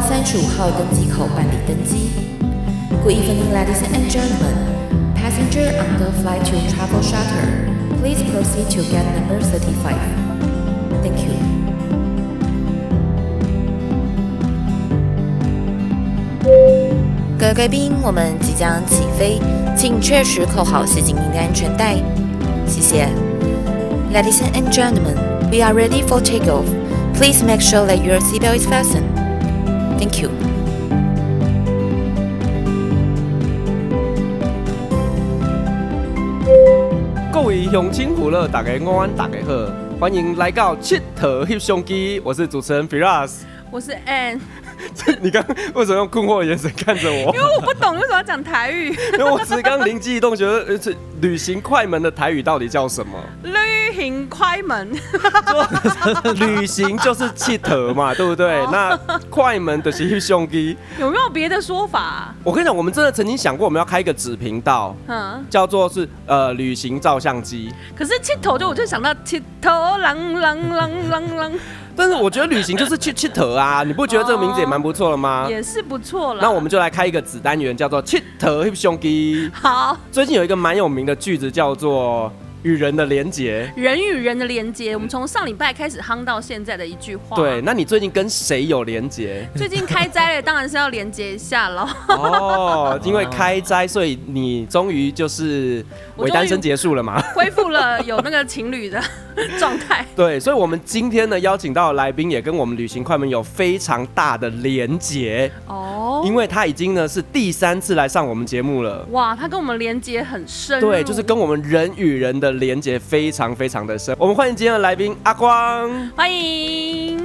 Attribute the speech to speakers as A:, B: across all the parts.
A: 三十五号登机口办理登机。Good evening, ladies and gentlemen. Passenger on the flight to Travel Charter, please proceed to gate number thirty-five. Thank you. 各位贵宾，我们即将起飞，请确实扣好系紧您的安全带，谢谢。Ladies and gentlemen, we are ready for takeoff. Please make sure that your seatbelt is fastened. Thank you.
B: 各位乡亲父老，大家午安，大家好，欢迎来到七头翕相机，我是主持人 Firas。
C: 我是 Ann，
B: 你刚刚为什么用困惑的眼神看着我
C: 因？为我不懂为什么要讲台语，
B: 因为我只是刚灵机一动，觉得呃这旅行快门的台语到底叫什么？
C: 旅行快门，
B: 旅行就是七头嘛，对不对？那快门的是翕相机。
C: 有没有别的说法啊、
B: 我跟你讲，我们真的曾经想过，我们要开一个子频道，
C: 嗯，
B: 叫做是呃旅行照相机。
C: 可是七头就我就想到七头狼狼狼狼狼，
B: 但是我觉得旅行就是去七头啊，你不觉得这个名字也蛮不错的吗？
C: 也是不错啦。
B: 啊 那我们就来开一个子单元，叫做“切头兄弟
C: 好”。
B: 最近有一个蛮有名的句子叫做“与人的连结
C: 人与人的连接，我们从上礼拜开始夯到现在的一句”。话。
B: 对，，那你最近跟谁有连 结？
C: 最近开斋了，当然是要连接一下 喽。
B: 哦，因为开斋，所以你终于就是
C: 我终
B: 伪
C: 于
B: 单身结束了嘛？
C: 恢复了有那个情侣的 状态，
B: 对，所以我们今天呢邀请到的来宾也跟我们旅行快门有非常大的连结，
C: 哦，
B: 因为他已经呢是第三次来上我们节目了。
C: 哇，他跟我们连接很深入，
B: 对，就是跟我们人与人的连结非常非常的深。我们欢迎今天的来宾阿光。
C: 欢迎。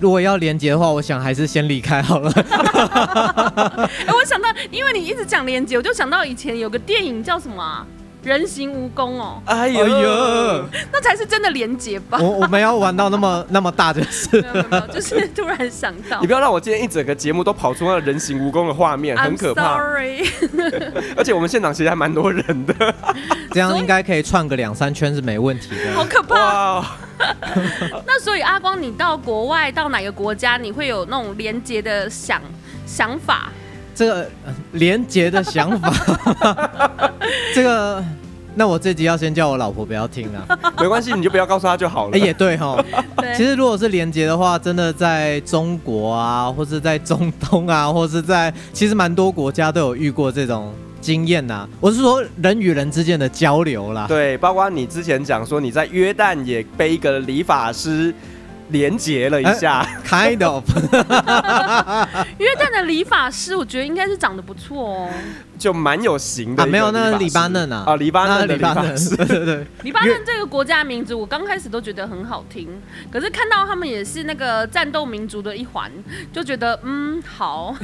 D: 如果要连接的话，我想还是先离开好了。
C: 哎、我想到，因为你一直讲连接，我就想到以前有个电影叫什么、啊《人形蜈蚣》哦，
B: 哎
D: 哎呦，
C: 那才是真的连接吧？
D: 我我们要玩到那么那么大的事
C: 没，有没有没有， 就是突然想到
B: 你。不要让我今天一整个节目都跑出那个人形蜈蚣的画面，很
C: I'm
B: 可怕。
C: sorry，
B: 而且我们现场其实还蛮多人的，
D: 这样应该可以串个两三圈是没问题
C: 好
D: 的。
C: 可怕。
B: 啊哇！
C: 那所以阿光，你到国外到哪个国家，你会有那种连接的想想法？
D: 这个呃连接的想法，这个那我这集要先叫我老婆不要听了。
B: 没关系，你就不要告诉他就好了。
D: 哎、也对哈。
B: 啊
C: 对，
D: 其实如果是连接的话，真的在中国啊，或是在中东啊，或是在其实蛮多国家都有遇过这种经验呐、我是说人与人之间的交流啦。
B: 对，包括你之前讲说你在约旦也被一个理发师连结了一下，
D: 哎呃 Kind of，
C: 约旦的理发师，我觉得应该是长得不错哦。
B: 就蛮有型的一
D: 啊，
B: 个
D: 没有，那是
B: 理
D: 黎
B: 发
D: 巴
B: 师
D: 嫩啊，
B: 啊，黎巴
D: 那
B: 嫩
D: 是
B: 的
D: 黎巴
B: 理发
D: 嫩，
B: 师
D: 对对对，
C: 黎巴嫩这个国家的名字，我刚开始都觉得很好听，可是看到他们也是那个战斗民族的一环，就觉得嗯好。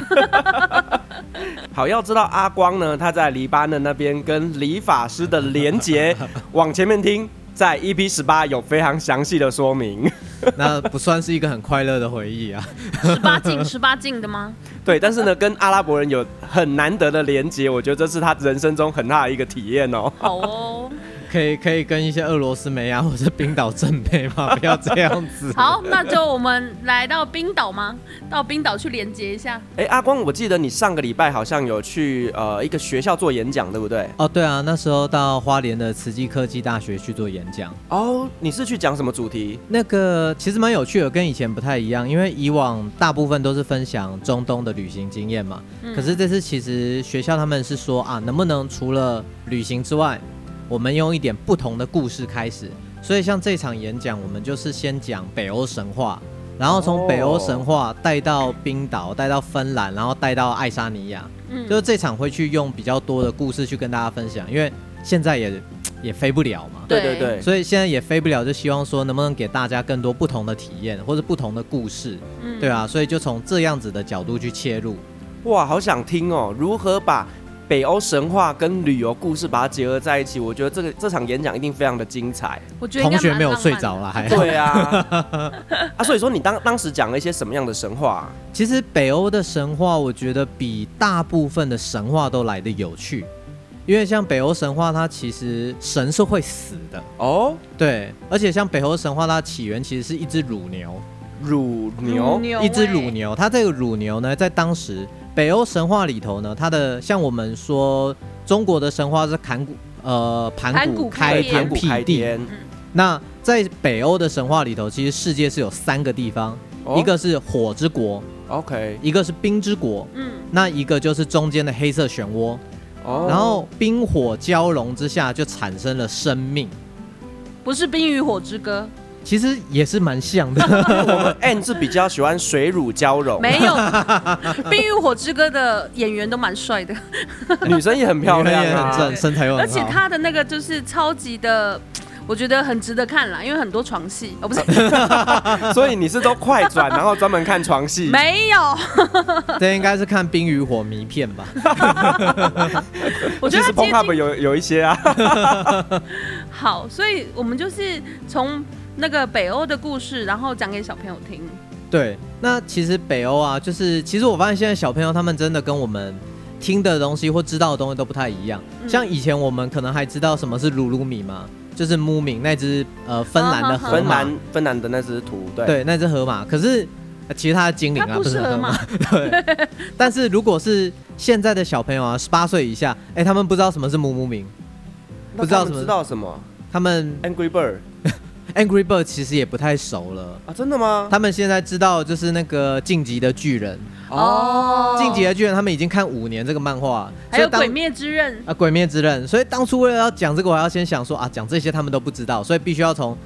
B: 好，要知道阿光呢，他在黎巴嫩那边跟理发师的连 结，往前面听，在 EP 十八有非常详细的说明。
D: 那不算是一个很快乐的回忆啊。
C: 十八禁，十八禁的吗？
B: 对，但是呢，跟阿拉伯人有很难得的连接，我觉得这是他人生中很大的一个体验哦。
C: 好哦，
D: 可以可以跟一些俄罗斯妹啊，或者冰岛正妹嘛，不要这样子。
C: 好，那就我们来到冰岛吗？到冰岛去连接一下。
B: 哎，阿光，我记得你上个礼拜好像有去呃一个学校做演讲，对不对？
D: 哦，对啊，那时候到花莲的慈济科技大学去做演讲，
B: 哦，你是去讲什么主题？
D: 那个其实蛮有趣的，跟以前不太一样，因为以往大部分都是分享中东的旅行经验嘛。可是这次其实学校他们是说啊，能不能除了旅行之外，我们用一点不同的故事开始。所以像这场演讲，我们就是先讲北欧神话，然后从北欧神话带到冰岛，带到芬兰，然后带到爱沙尼亚。
C: 嗯
D: 就是这场会去用比较多的故事去跟大家分享，因为现在也也飞不了嘛。
B: 对对，
D: 所以现在也飞不了，就希望说能不能给大家更多不同的体验或者不同的故事，
C: 嗯
D: 对啊，所以就从这样子的角度去切入。
B: 哇，好想听哦，如何把北欧神话跟旅游故事把它结合在一起？我觉得这个这场演讲一定非常的精彩。
C: 我觉得应
D: 同
C: 该
D: 学
C: 蛮
D: 没有睡
C: 浪漫的
D: 着啦，还哎 好。
B: 对啊， 啊，所以说你当当时讲了一些什么样的神话啊、
D: 其实北欧的神话，我觉得比大部分的神话都来的有趣，因为像北欧神话，它其实神是会死的，
B: 哦，
D: 对，而且像北欧神话，它起源其实是一只乳牛，
B: 乳
C: 乳
B: 牛，
C: 牛
D: 一只乳
C: 欸
D: 牛，它这个乳牛呢，在当时北欧神话里头呢，它的像我们说中国的神话是盘古，呃，盘
C: 盘
D: 古
C: 古开
D: 开
B: 盘
D: 天
C: 天
B: 古
D: 辟
B: 开
D: 地。
B: 天，
D: 那在北欧的神话里头，其实世界是有三个地方，
B: 哦
D: 一个是火之国，
B: OK，
D: 一个是冰之国，
C: 嗯，
D: 那一个就是中间的黑色漩涡。
B: 哦，
D: 然后冰火交融之下，就产生了生命。
C: 不是《冰与火之歌
D: 其实也是蛮像的，
B: N 是比较喜欢水乳交融》，，
C: 没有，《冰与火之歌》的演员都蛮帅 的，
B: 女生也很 漂亮
D: 也很
B: 啊，
D: 正，身材又很好。
C: 而且他的那个就是超级的，我觉得很值得看啦，因为很多床戏哦，不 是
B: 所以你是都快转，然后专门看床戏，
C: 没有，
D: 这应该是看《冰与火》迷片吧？
C: 我
B: 其
C: 觉得
B: 实
C: 他
B: p o p u
C: 接近
B: 有有一些啊，
C: 好，所以我们就是从那个北欧的故事，然后讲给小朋友听。
D: 对，那其实北欧啊，就是其实我发现现在小朋友他们真的跟我们听的东西或知道的东西都不太一样。
C: 嗯
D: 像以前我们可能还知道什么是鲁鲁米嘛，就是姆米那只呃芬兰的
C: 啊
D: 河马，
B: 芬兰芬兰的那只图，对，
D: 对那只河马，可是。呃其实它的精灵啊，
C: 它不是
D: 河
C: 河马，
D: 对。但是如果是现在的小朋友啊，十八岁以下，哎、他们不知道什么是姆姆明，
B: 那
D: 不知道
B: 他们
D: 什么
B: 知道什么
D: 他们
B: Angry Bird
D: Angry Bird 其实也不太熟了。
B: 啊，真的吗？
D: 他们现在知道就是那个晋级的巨人，
C: 哦
D: 《进击的巨人》他们已经看五年这个漫画，
C: 还有《
D: 当
C: 鬼灭之刃》
D: 啊《鬼灭之刃》，所以当初为了要讲这个，我还要先想说啊，讲这些他们都不知道，所以必须要从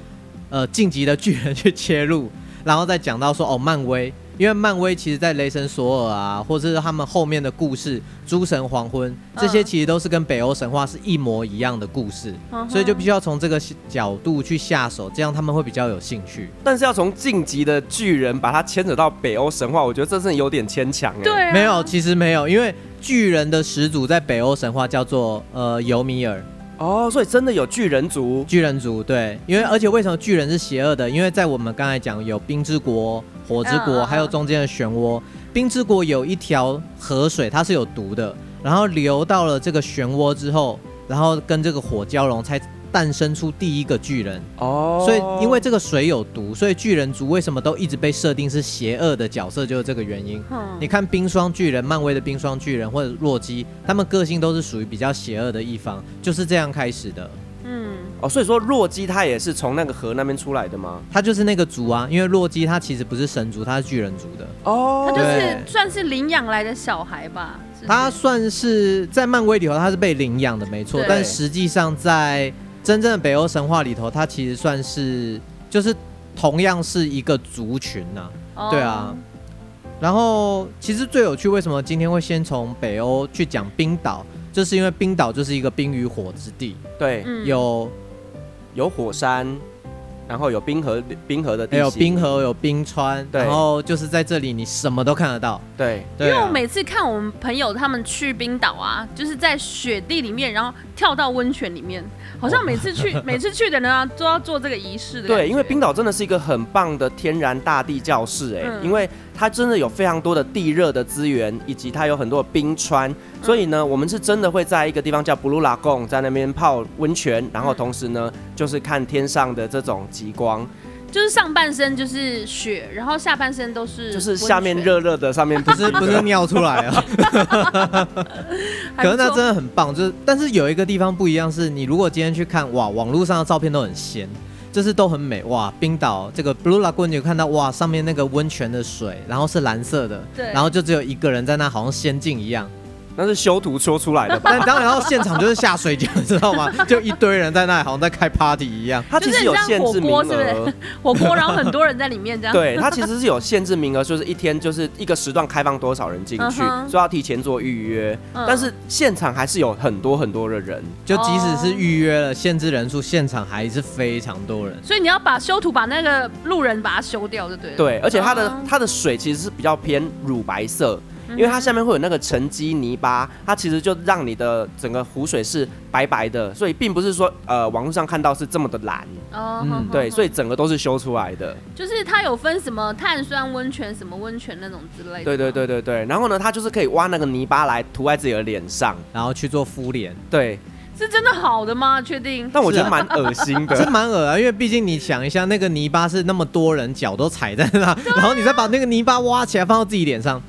D: 呃《进击的巨人》去切入， 然后再讲到说哦漫威，因为漫威其实在雷神索尔啊，或者是他们后面的故事《诸神黄昏》这些，
C: 嗯
D: 其实都是跟北欧神话是一模一样的故事，
C: 嗯哼
D: 所以就必须要从这个角度去下手，这样他们会比较有兴趣。
B: 但是要从晋级的巨人把它牵扯到北欧神话，我觉得这是有点牵强哎。
C: 对、啊，
D: 没有，其实没有，因为巨人的始祖在北欧神话叫做呃尤米尔。
B: 哦，所以真的有巨人族
D: 巨人族对，因为而且为什么巨人是邪恶的？因为在我们刚才讲有冰之国、火之
C: 嗯嗯
D: 国，
C: 嗯
D: 还有中间的漩涡。冰之国有一条河水，它是有毒的，然后流到了这个漩涡之后，然后跟这个火交融，才诞生出第一个巨人。
B: 哦，
D: 所以因为这个水有毒，所以巨人族为什么都一直被设定是邪恶的角色，就是这个原因。
C: 嗯
D: 你看冰霜巨人、漫威的冰霜巨人或者洛基，他们个性都是属于比较邪恶的一方，就是这样开始的。
C: 嗯，
B: 哦，所以说洛基他也是从那个河那边出来的吗？
D: 他就是那个族啊，因为洛基他其实不是神族，他是巨人族的。
B: 哦
C: 他就
D: 对
C: 是算是领养来的小孩吧，是不是
D: 他算是在漫威里头他是被领养的，没错
C: 对，
D: 但实际上在真正的北欧神话里头，他其实算是就是同样是一个族群呐、
C: 哦
D: 对啊，然后其实最有趣，为什么今天会先从北欧去讲冰岛？就是因为冰岛就是一个冰与火之地，
B: 对，
C: 嗯
D: 有
B: 有火山，然后有冰河，冰河的地
D: 还
B: 形，
D: 有冰，河，有冰川，
B: 对
D: 然后就是在这里你什么都看得到。
B: 对，
D: 对
C: 因为我
D: 啊，
C: 每次看我们朋友他们去冰岛啊，就是在雪地里面，然后跳到温泉里面，好
D: 哦
C: 像每次 去、每次去的人啊，都要做这个仪式的感觉。
B: 对，因为冰岛真的是一个很棒的天然大地教室、哎、
C: 嗯
B: 因为它真的有非常多的地热的资源，以及它有很多的冰川，
C: 嗯
B: 所以呢，我们是真的会在一个地方叫 Blue Lagoon，在那边泡温泉，然后同时呢，就是看天上的这种极光，
C: 嗯就是上半身就是雪，然后下半身都是
B: 就是下面
C: 温泉，
B: 热热的， 上面不
D: 不是不是尿出来啊。
C: 还不
D: 可是那
C: 错
D: 真的很棒，就是但是有一个地方不一样是，你如果今天去看哇，网络上的照片都很鲜，就是都很美哇。冰岛这个 Blue Lagoon 你有看到哇，上面那个温泉的水，然后是蓝色的，
C: 对
D: 然后就只有一个人在那，好像仙境一样。
B: 那是修图说出来的吧？
D: 但当然到现场就是下水饺，知 道吗？就一堆人在那里，好像在开 party 一样。
B: 它其实有限制名
C: 就是很像火锅
B: 额，
C: 火锅，然后很多人在里面 这样。
B: 对，它其实是有限制名额，就是一天就是一个时段开放多少人进去，
C: 嗯哼
B: 所以要提前做预约。
C: 嗯
B: 但是现场还是有很多很多的人，
D: 就即使
C: 哦
D: 是预约了限制人数，现场还是非常多人。
C: 所以你要把修图把那个路人把它修掉就对了。
B: 对，而且它的、
C: 嗯
B: 它的水其实是比较偏乳白色，因为它下面会有那个沉积泥巴，它其实就让你的整个湖水是白白的，所以并不是说呃网络上看到是这么的蓝，
C: 哦，
D: 嗯
C: 好好
B: 对，
C: 好
B: 所以整个都是修出来的。
C: 就是它有分什么碳酸温泉、什么温泉那种之类的。
B: 对对。对对对，然后呢，它就是可以挖那个泥巴来涂在自己的脸上，
D: 然后去做敷脸，
B: 对，
C: 是真的好的吗？确定？
B: 但我觉得蛮恶心啊 的。
D: 这蛮恶啊，因为毕竟你想一下，那个泥巴是那么多人脚都踩在那，
C: 啊
D: 然后你再把那个泥巴挖起来放到自己脸上，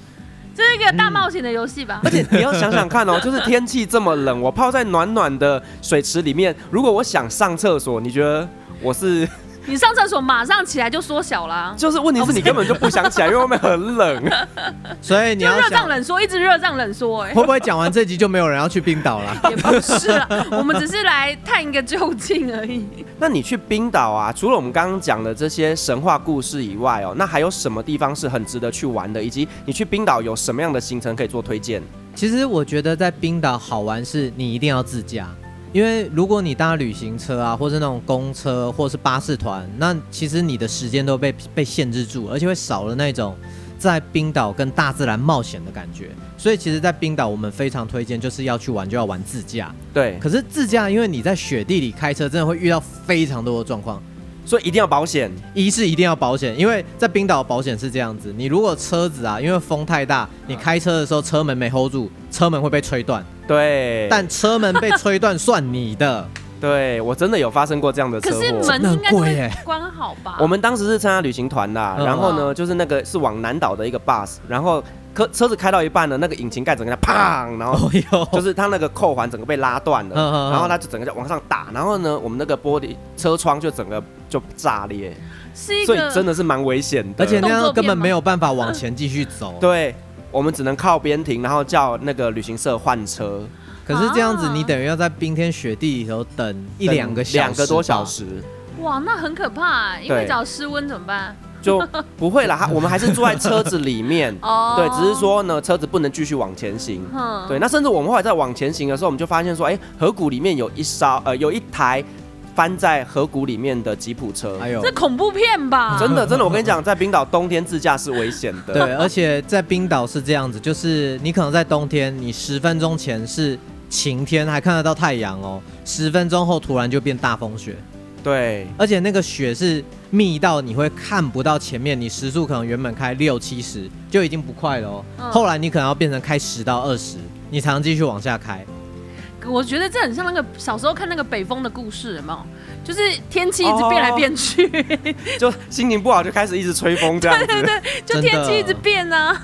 C: 这是一个大冒险的游戏吧？
B: 而且你要想想看哦，就是天气这么冷，我泡在暖暖的水池里面，如果我想上厕所，你觉得我是？
C: 你上厕所马上起来就缩小啊啦，
B: 就是问题是你根本就哦不想起来，因为外面很冷。
D: 所以你
C: 就
D: 要
C: 热胀
D: 想。
C: 冷缩，一直热胀冷缩、哎
D: 会不会讲完这集就没有人要去冰岛了？
C: 也不是啦，我们只是来探一个究竟而已。
B: 那你去冰岛啊，除了我们刚刚讲的这些神话故事以外哦，那还有什么地方是很值得去玩的？以及你去冰岛有什么样的行程可以做推荐？
D: 其实我觉得在冰岛好玩是你一定要自驾，因为如果你搭旅行车啊，或是那种公车，或是巴士团，那其实你的时间都被被限制住，而且会少了那种在冰岛跟大自然冒险的感觉。所以其实，在冰岛我们非常推荐，就是要去玩就要玩自驾。
B: 对，
D: 可是自驾，因为你在雪地里开车，真的会遇到非常多的状况。
B: 所以一定要保险。
D: 一是一定要保险，因为在冰岛保险是这样子，你如果车子啊，因为风太大，你开车的时候车门没 hold 住，车门会被吹断，
B: 对，
D: 但车门被吹断算 你的。
B: 对我真的有发生过这样的
C: 可
B: 车祸。
C: 是门
D: 那很
C: 应该是
D: 贵
C: 会
D: 耶
C: 关好吧？
B: 我们当时是参加旅行团啦，
D: 嗯
B: 然后呢，就是那个是往南岛的一个 bus，然后车车子开到一半呢，那个引擎盖整个它砰，然后
D: 哦哟，
B: 就是它那个扣环整个被拉断
D: 嗯嗯
B: 了，
D: 嗯
B: 然后它就整个就往上打，然后呢，我们那个玻璃车窗就整个就炸裂，
C: 是一
B: 所
C: 个
B: 以真的是蛮危险的，
D: 而且那
C: 动作
D: 样
C: 片
D: 根本
C: 吗
D: 没有办法往前继续走。，
B: 对。我们只能靠边停，然后叫那个旅行社换车，
D: 可是这样子
C: 啊
D: 你等于要在冰天雪地里头等一两个小时吧，
B: 两个多小时
C: 哇，那很可怕、因
B: 对
C: 为找失温怎么办？
B: 就不会啦。它我们还是坐在车子里 面，
C: 哦，
B: 对，只是，说呢，车子不能继续往前行。
C: 哼
B: 对，，那甚至我们后来在往前行的时候，我们就发现说，哎，河谷里面有一艘呃有一台翻在河谷里面的吉普车。
D: 哎呦
C: 这，恐怖片吧？
B: 真的真的，我跟你讲，在冰岛冬天自驾是危险 的。
D: 对，而且在冰岛是这样子，就是你可能在冬天，你十分钟前是晴天，还看得到太阳哦，十分钟后突然就变大风雪，
B: 对
D: 而且那个雪是密到你会看不到前面，你时速可能原本开六七十就已经不快了哦，
C: 嗯
D: 后来你可能要变成开十到二十，你才能继续往下开。
C: 我觉得这很像那个小时候看那个北风的故事，有没有？就是天气一直变来变去，
D: 哦
B: 就心情不好就开始一直吹风这样 子。对
C: 就天气一直变啊。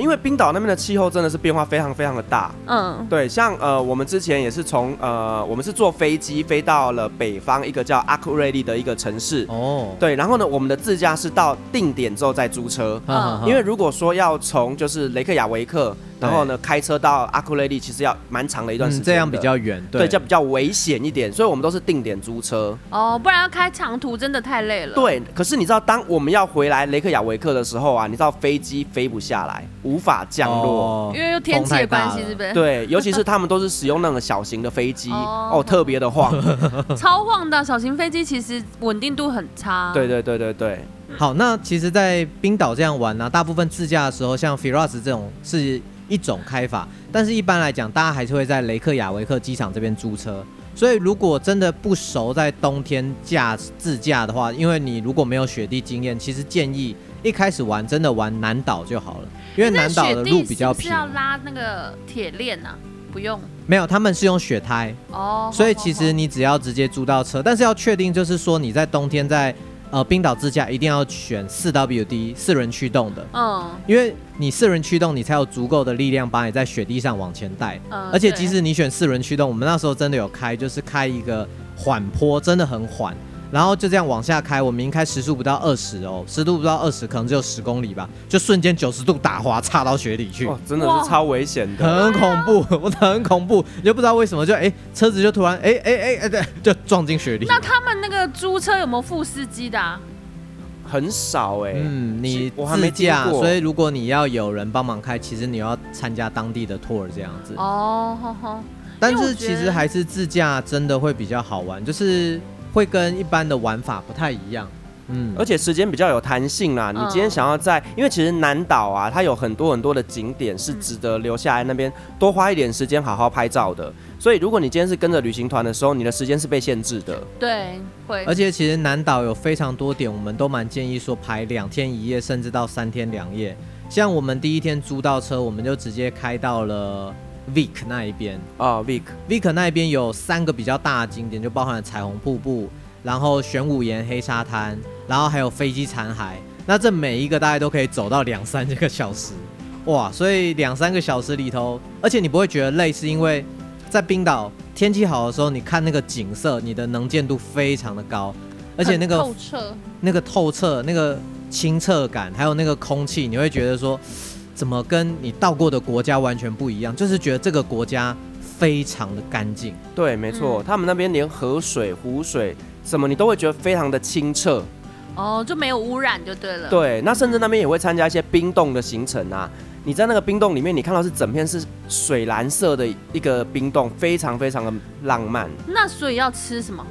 B: 因为冰岛那边的气候真的是变化非常非常的大。
C: 嗯，
B: 对，像呃，我们之前也是从呃，我们是坐飞机飞到了北方一个叫阿库瑞利的一个城市。
D: 哦，
B: 对，然后呢，我们的自驾是到定点之后再租车。
D: 啊哈哈哈
B: 嗯因为如果说要从就是雷克雅维克，然后呢开车到阿库雷利，其实要蛮长的一段时
D: 嗯
B: 间的、
D: 这样比较远，
B: 对，这样比较危险一点，所以我们都是定点租车。
C: 哦，不然要开长途真的太累了。，
B: 对，可是你知道，当我们要回来雷克雅维克的时候啊，你知道飞机飞不下来，无法降落。
D: 哦
C: 因为又天气的关系，是不 是？
B: 对，尤其是他们都是使用那种小型的飞机，
C: 哦
B: 哦，特别的晃。
C: 超晃的小型飞机其实稳定度很差。
B: 对对对对对，
D: 好，那其实，在冰岛这样玩呢、啊大部分自驾的时候，像 Firas 这种是一种开法，但是一般来讲，大家还是会在雷克雅维克机场这边租车。所以，如果真的不熟在冬天驾自驾的话，因为你如果没有雪地经验，其实建议一开始玩真的玩南岛就好了，因为
C: 那
D: 南岛
C: 雪
D: 的
C: 地
D: 路比较
C: 是不是
D: 平。
C: 要拉那个铁链啊？不用
D: 没有，他们是用雪胎，
C: 哦。
D: 所以
C: 好
D: 其实你只要直接租到车，但是要确定就是说你在冬天在呃冰岛自驾一定要选四 WD 四轮驱动的。
C: 好好
D: 因为你四轮驱动，你才有足够的力量把你在雪地上往前带。
C: 嗯嗯，
D: 而且
C: 对
D: 即使你选四轮驱动，我们那时候真的有开，就是开一个缓坡，真的很缓，然后就这样往下开。我们已经开时速不到二十哦，时速不到二十，可能只有十公里吧，就瞬间九十度打滑，插到雪里去。
B: 哦，真的
C: 哇
B: 是超危险的。
D: 很恐怖，我很恐怖，你就不知道为什么就哎、车子就突然哎哎哎哎对，就撞进雪里。
C: 那他们那个租车有没有副司机的啊？
B: 很少哎、
D: 嗯，你
B: 我还没
D: 自
B: 听
D: 驾，
B: 过
D: 所以如果你要有人帮忙开，其实你要参加当地的 tour 这样子。
C: 哦，吼吼。
D: 但
C: 因为
D: 是
C: 我
D: 其
C: 觉
D: 实
C: 得
D: 还是自驾真的会比较好玩，就是会跟一般的玩法不太一样。嗯，
B: 而且时间比较有弹性啦。你今天想要在，因为其实南岛啊，它有很多很多的景点是值得留下来那边多花一点时间好好拍照的。所以如果你今天是跟着旅行团的时候，你的时间是被限制的。
C: 对，会。
D: 而且其实南岛有非常多点，我们都蛮建议说排两天一夜，甚至到三天两夜。像我们第一天租到车，我们就直接开到了 Vic 那一边
B: 啊，Vic，
D: ，Vic 那一边有三个比较大的景点，就包含了彩虹瀑布，然后玄武岩黑沙滩，然后还有飞机残骸。那这每一个大概都可以走到两三个小时，哇！所以两三个小时里头，而且你不会觉得累，是因为在冰岛天气好的时候，你看那个景色，你的能见度非常的高，而且那个
C: 很透彻，
D: 那个透彻、那个清澈感，还有那个空气，你会觉得说，怎么跟你到过的国家完全不一样？就是觉得这个国家非常的干净。
B: 对，没错，他们那边连河水、湖水什么，你都会觉得非常的清澈。
C: 哦，就没有污染就对了。
B: 对，那甚至那边也会参加一些冰洞的行程啊。你在那个冰洞里面，你看到是整片是水蓝色的一个冰洞，非常非常的浪漫。
C: 那所以要吃什么？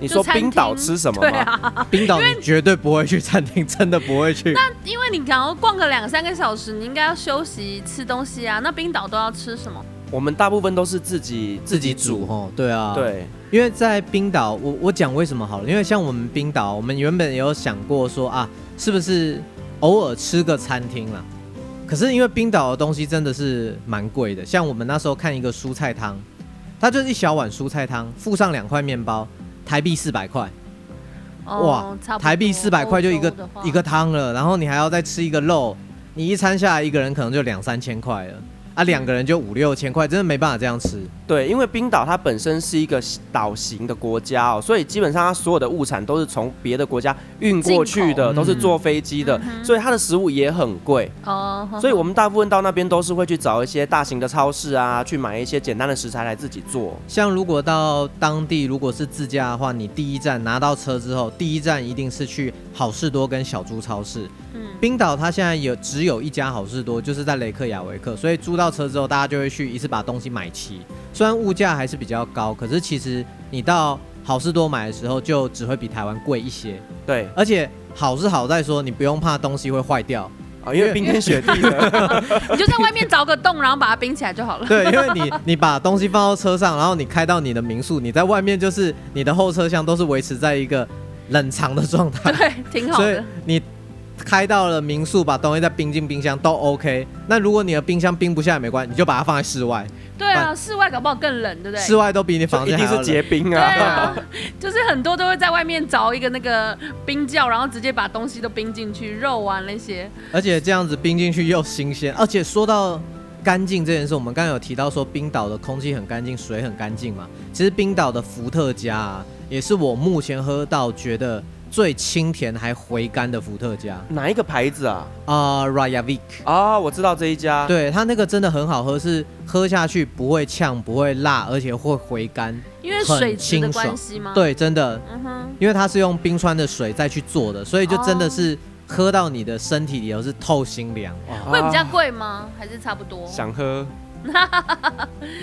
B: 你说
C: 就餐
B: 冰
C: 厅
B: 岛吃什么
C: 对
B: 吗？
C: 啊，
D: 冰岛你绝对不会去餐厅，真的不会去。
C: 因为你想要逛个两三个小时，你应该要休息吃东西啊。那冰岛都要吃什么？
B: 我们大部分都是自己自己煮。
D: 哦，对啊，，
B: 对，
D: 因为在冰岛，我我讲为什么好了，因为像我们冰岛，我们原本也有想过说啊，是不是偶尔吃个餐厅啦？可是因为冰岛的东西真的是蛮贵的，像我们那时候看一个蔬菜汤，它就是一小碗蔬菜汤，附上两块面包，台币四百块，
C: 哦、差不多
D: 台币四百块就一个
C: 欧洲的话
D: 一个汤了，然后你还要再吃一个肉，你一餐下来一个人可能就两三千块了，啊，两个人就五六千块，真的没办法这样吃。
B: 对，因为冰岛它本身是一个岛型的国家哦，所以基本上它所有的物产都是从别的国家运过去的，
D: 进口
B: 都是坐飞机
C: 嗯
B: 的，所以它的食物也很贵。
C: 哦，
B: 所以我们大部分到那边都是会去找一些大型的超市啊，去买一些简单的食材来自己做。
D: 像如果到当地如果是自驾的话，你第一站拿到车之后，第一站一定是去好事多跟小猪超市。
C: 嗯
D: 冰岛它现在有只有一家好事多，就是在雷克雅维克，所以租到车之后，大家就会去一次把东西买齐。虽然物价还是比较高，可是其实你到好事多买的时候，就只会比台湾贵一些。
B: 对，
D: 而且好是好在说，你不用怕东西会坏掉，
B: 啊，因为冰天雪地的，
C: 嗯你就在外面凿个洞，然后把它冰起来就好 了。
D: 对，因为你你把东西放到车上，然后你开到你的民宿，你在外面就是你的后车厢都是维持在一个冷藏的 状态，
C: 对，挺好
D: 所以
C: 的。
D: 你开到了民宿，把东西再冰进冰箱都 OK。那如果你的冰箱冰不下也没关系，你就把它放在室外，
C: 对啊，室外搞不好更冷，对不对？
D: 室外都比你房
B: 一
D: 间还
B: 定
D: 要
B: 是
D: 冷。
B: 结冰
C: 对
B: 啊。
C: 啊，就是很多都会在外面凿一个那个冰窖，然后直接把东西都冰进去，肉啊那些。
D: 而且这样子冰进去又新鲜。而且说到干净这件事，我们刚刚有提到说冰岛的空气很干净，水很干净嘛。其实冰岛的伏特加、啊、也是我目前喝到觉得最清甜还回甘的伏特加
B: 哪一个牌子啊？
D: 啊、r a y a v i k
B: 啊，我知道这一家。
D: 对它那个真的很好喝，是喝下去不会呛，不会辣，而且会回甘。
C: 因为水质的
D: 很清爽
C: 关系吗？，
D: 对，真的，
C: 嗯哼，
D: 因为它是用冰川的水再去做的，所以就真的是喝到你的身体里头是透心凉，
B: 啊，
C: 会比较贵吗？还是差不多？
B: 想喝。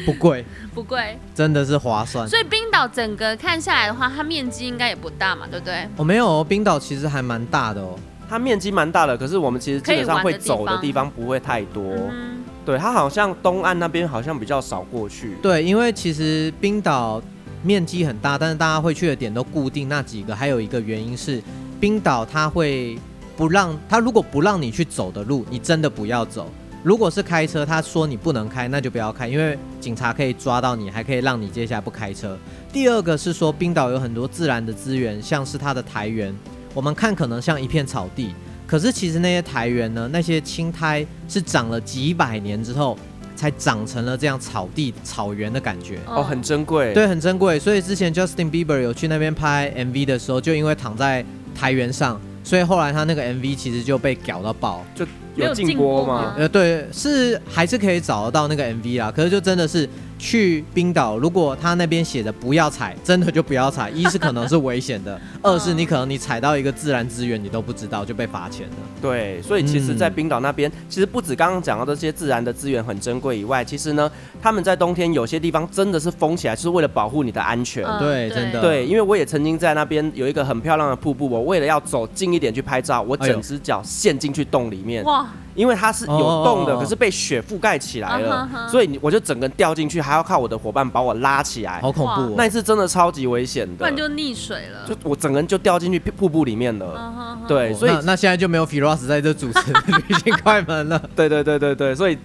D: 不贵，
C: 不贵。
D: 真的是划
B: 嗯
D: 算。
C: 所以冰岛整个看下来的话，它面积应该也不大嘛，对不对？
D: 哦，没有哦，冰岛其实还蛮大的哦。
B: 它面积蛮大的，可是我们其实基本上会走的地方不会太多。
C: 嗯
B: 对，它好像东岸那边好像比较少过去。
D: 对，因为其实冰岛面积很大，但是大家会去的点都固定那几个，还有一个原因是冰岛它会不让它如果不让你去走的路，你真的不要走。如果是开车，他说你不能开，那就不要开，因为警察可以抓到你，还可以让你接下来不开车。第二个是说，冰岛有很多自然的资源，像是它的苔原，我们看可能像一片草地，可是其实那些苔原呢，那些青苔是长了几百年之后才长成了这样草地草原的感觉。
C: 哼，
B: 哦，很珍贵。
D: 对，很珍贵。所以之前 Justin Bieber 有去那边拍 MV 的时候，就因为躺在苔原上，所以后来他那个 MV 其实就被搞到爆。
B: 就
C: 没
B: 有
C: 有
B: 进
C: 进
B: 锅
C: 锅
B: 吗
C: 吗？
D: 呃，对，是还是可以找得到那个 MV 啦。可是就真的是去冰岛，如果他那边写着不要踩，真的就不要踩。一是可能是危险的，二是你可能你踩到一个自然资源你都不知道就被罚钱了。
B: 对，所以其实，在
D: 嗯
B: 冰岛那边，其实不止刚刚讲到这些自然的资源很珍贵以外，其实呢，他们在冬天有些地方真的是封起来，就是为了保护你的安全。
C: 嗯
D: 对，
C: 对
D: 真的。
B: 对，因为我也曾经在那边有一个很漂亮的瀑布，我为了要走近一点去拍照，我
D: 哎呦
B: 整只脚陷进去洞里面，
C: 哇，
B: 因为它是有洞的，
D: 哦
B: 可是被雪覆盖起来
C: 啊
B: 了
C: 哈，哈
B: 所以你我就整个掉进去，还要靠我的伙伴把我拉起来。
D: 好恐怖、哦。
B: 那一次真的超级危险
C: 不
B: 的
C: 然，就溺水了。
B: 就我整个人就掉进去瀑布里面了。
C: 嗯哼哼
B: 对，
D: 哦
B: 所以
D: 那那现在就没有 Firas 在这主持旅行快门了。
B: 对对对对对，所以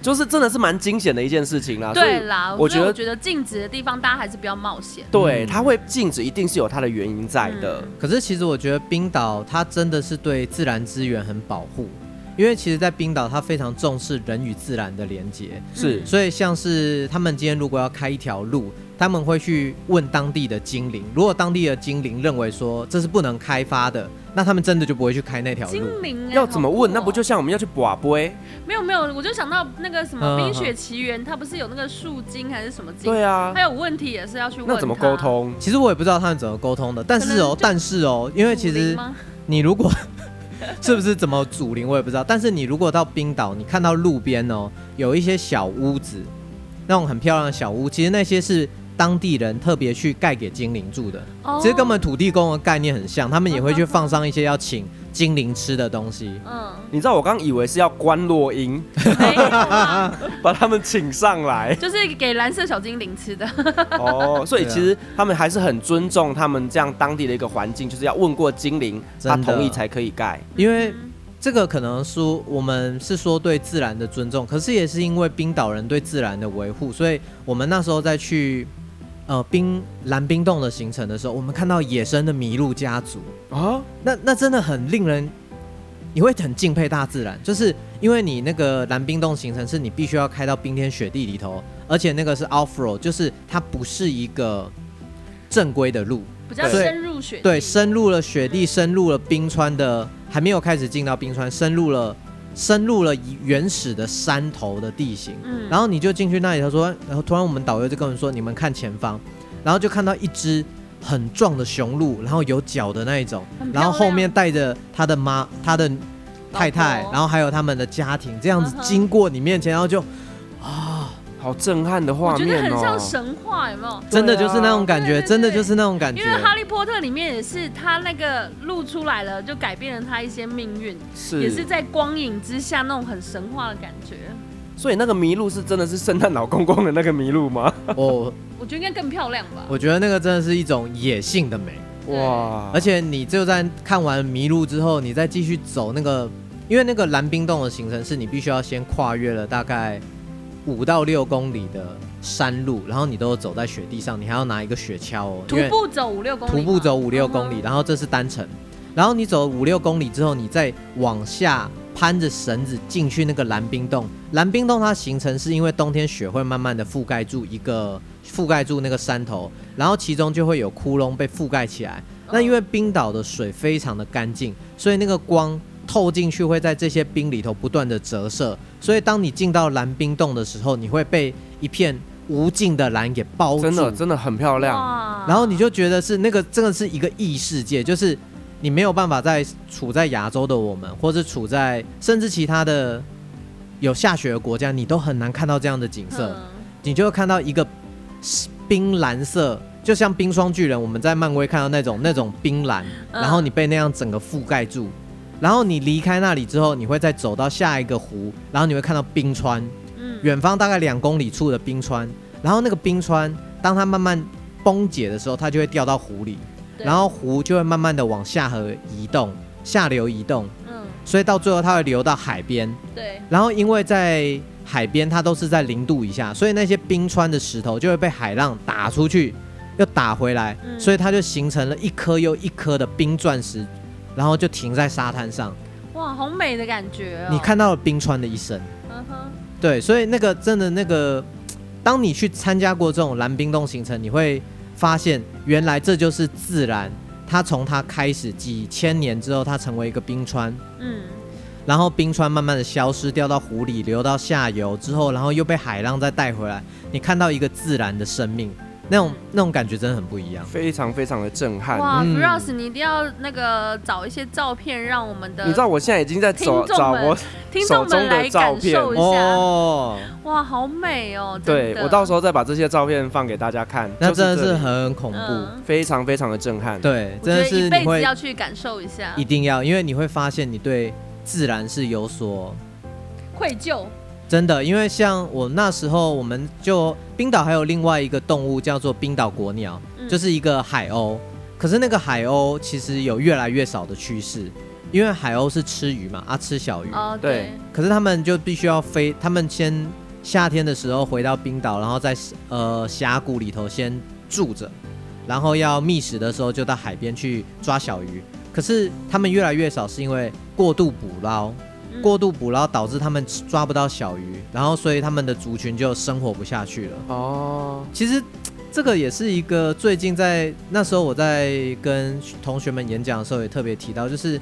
B: 就是真的是蛮惊险的一件事情啊啦。所以
C: 对啦，
B: 我
C: 所以
B: 觉
C: 我
B: 得
C: 觉得禁止的地方，大家还是不要冒险。
B: 对，
D: 嗯
B: 它会禁止一定是有它的原因在的。
C: 嗯
D: 可是其实我觉得冰岛它真的是对自然资源很保护，因为其实，在冰岛它非常重视人与自然的连接，
B: 是
D: 所以像是他们今天如果要开一条路，他们会去问当地的精灵，如果当地的精灵认为说这是不能开发的，那他们真的就不会去开那条路。
C: 精灵、欸、
B: 要怎么问？
C: 好酷哦
B: 那不就像我们要去把杯？
C: 没有没有？我就想到那个什么《
D: 嗯
C: 冰雪奇缘》，它不是有那个树精还是什么精？
B: 对啊
C: 还，有问题也是要去问。
B: 那怎么沟？通？
D: 其实我也不知道他们怎么沟通的，但是
C: 可能
D: 哦
C: 就，
D: 但是哦，因为其
C: 武林
D: 实
C: 吗
D: 你如果 是不是怎么祖灵我也不知道，但是你如果到冰岛，你看到路边哦有一些小屋子，那种很漂亮的小屋，其实那些是当地人特别去盖给精灵住的，
C: 哦
D: 其实跟我们土地公的概念很像，他们也会
C: 嗯
D: 去
C: 嗯嗯
D: 放上一些要请精灵吃的东西。
C: 嗯，
B: 你知道我刚以为是要关落音，
C: 没有啦
B: 把他们请上 来
C: 就是给蓝色小精灵吃的。
B: 哦，所以
D: 对啊
B: 其实他们还是很尊重他们这样当地的一个环境，就是要问过精灵，他
D: 真的
B: 同意才可以盖。
D: 因为这个可能说我们是说对自然的尊重，可是也是因为冰岛人对自然的维护，所以我们那时候在去呃冰蓝冰洞的行程的时候，我们看到野生的麋鹿家族，
B: 啊，
D: 那那真的很令人。你会很敬佩大自然，就是因为你那个蓝冰洞行程是你必须要开到冰天雪地里头，而且那个是 off road，就是它不是一个正规的路，
C: 比较
D: 对
C: 深入雪地
D: 对，深入了雪地，深入了冰川的，还没有开始进到冰川，深入了深入了原始的山头的地形，
C: 嗯
D: 然后你就进去那里，他说，然后突然我们导游就跟我们说，你们看前方，然后就看到一只很壮的雄鹿，然后有角的那一种
C: 很，漂
D: 然后后面
C: 亮
D: 带着他的妈，他的太太
C: 老，婆
D: 然后还有他们的家庭，这样子
C: 嗯哼
D: 经过你面前，然后就
B: 好震撼的
C: 我
B: 画
C: 觉得
B: 面
C: 很像
B: 哦！
C: 神话，有没有？
D: 真的就是那种感
C: 对
D: 觉，
C: 对对
D: 真的就是那种感觉
C: 因为，《哈利波特》里面也是，他那个露出来了，就改变了他一些命运，也是
B: 是，
C: 在光影之下那种很神话的感觉。
B: 所以那个麋鹿是真的是圣诞老公公的那个麋鹿吗？
D: 哦，
C: 我觉得应该更漂亮吧。
D: 我觉得那个真的是一种野性的美。
C: 对
B: 哇！
D: 而且你就在看完麋鹿之后，你再继续走那个，因为那个蓝冰洞的行程是你必须要先跨越了大概五到六公里的山路，然后你都走在雪地上，你还要拿一个雪橇哦，因
C: 徒
D: 为
C: 步走五六公里
D: 徒
C: 嘛，
D: 步走五六公里，
C: 嗯哼
D: 然后这是单程，然后你走五六公里之后，你再往下攀着绳子进去那个蓝冰洞。蓝冰洞它形成是因为冬天雪会慢慢的覆盖住一个覆盖住那个山头，然后其中就会有窟窿被覆盖起来。
C: 嗯
D: 那因为冰岛的水非常的干净，所以那个光透进去会在这些冰里头不断的折射，所以当你进到蓝冰洞的时候，你会被一片无尽的蓝给包住，
B: 真的真的很漂亮，
C: 哇
D: 然后你就觉得是那个真的是一个异世界，就是你没有办法在处在亚洲的我们，或者处在甚至其他的有下雪的国家，你都很难看到这样的景色。
C: 嗯
D: 你就会看到一个冰蓝色，就像冰霜巨人，我们在漫威看到那种那种冰蓝，
C: 嗯
D: 然后你被那样整个覆盖住，然后你离开那里之后，你会再走到下一个湖，然后你会看到冰川，
C: 嗯
D: 远方大概两公里处的冰川，然后那个冰川，当它慢慢崩解的时候，它就会掉到湖里，
C: 对
D: 然后湖就会慢慢的往下河移动，下流移动，
C: 嗯
D: 所以到最后它会流到海边，
C: 对
D: 然后因为在海边它都是在零度以下，所以那些冰川的石头就会被海浪打出去，又打回来，
C: 嗯
D: 所以它就形成了一颗又一颗的冰钻石，然后就停在沙滩上，
C: 哇，好美的感觉哦。
D: 你看到了冰川的一生。
C: 嗯哼，
D: 对，所以那个真的那个，当你去参加过这种蓝冰洞行程，你会发现原来这就是自然，它从它开始几千年之后，它成为一个冰川，
C: 嗯
D: 然后冰川慢慢的消失，掉到湖里，流到下游之后，然后又被海浪再带回来，你看到一个自然的生命，
C: 嗯
D: 那种那种感觉真的很不一样。
B: 非常非常的震撼。
C: 哇
D: 嗯
C: f r o s 你一定要那个找一些照片，让我们的
B: 你知道我现在已经在找
C: 听众
B: 找
C: 们
B: 我，
C: 听
B: 手
C: 众
B: 中
C: 们
B: 的
C: 来
B: 照
C: 感
B: 片
C: 受一下，
D: 哦，
C: 哇，好美哦！
B: 对我到时
C: 候
B: 候再把这些照片放给大家看。
D: 那
B: 就
D: 真的
B: 这
D: 是
B: 里
D: 很恐怖，
B: 非常非常的震撼。
D: 对，
C: 嗯我觉
D: 真的
C: 得
D: 是
C: 一
D: 你
C: 辈
D: 会
C: 子要去感受一下
D: 一，定要，因为你会发现你对自然是有所
C: 愧疚，嗯
D: 真的，因为像我那时候，我们就冰岛还有另外一个动物叫做冰岛国鸟，
C: 嗯
D: 就是一个海鸥。可是那个海鸥其实有越来越少的趋势，因为海鸥是吃鱼嘛，啊吃小鱼，
C: 哦，
B: 对
C: 对，
D: 可是他们就必须要飞，他们先夏天的时候回到冰岛，然后在呃峡谷里头先住着，然后要觅食的时候就到海边去抓小鱼。可是他们越来越少，是因为过度捕捞，
C: 嗯
D: 过度捕捞导致他们抓不到小鱼，然后所以他们的族群就生活不下去了。
B: 哦，
D: 其实这个也是一个最近在那时候我在跟同学们演讲的时候也特别提到，就是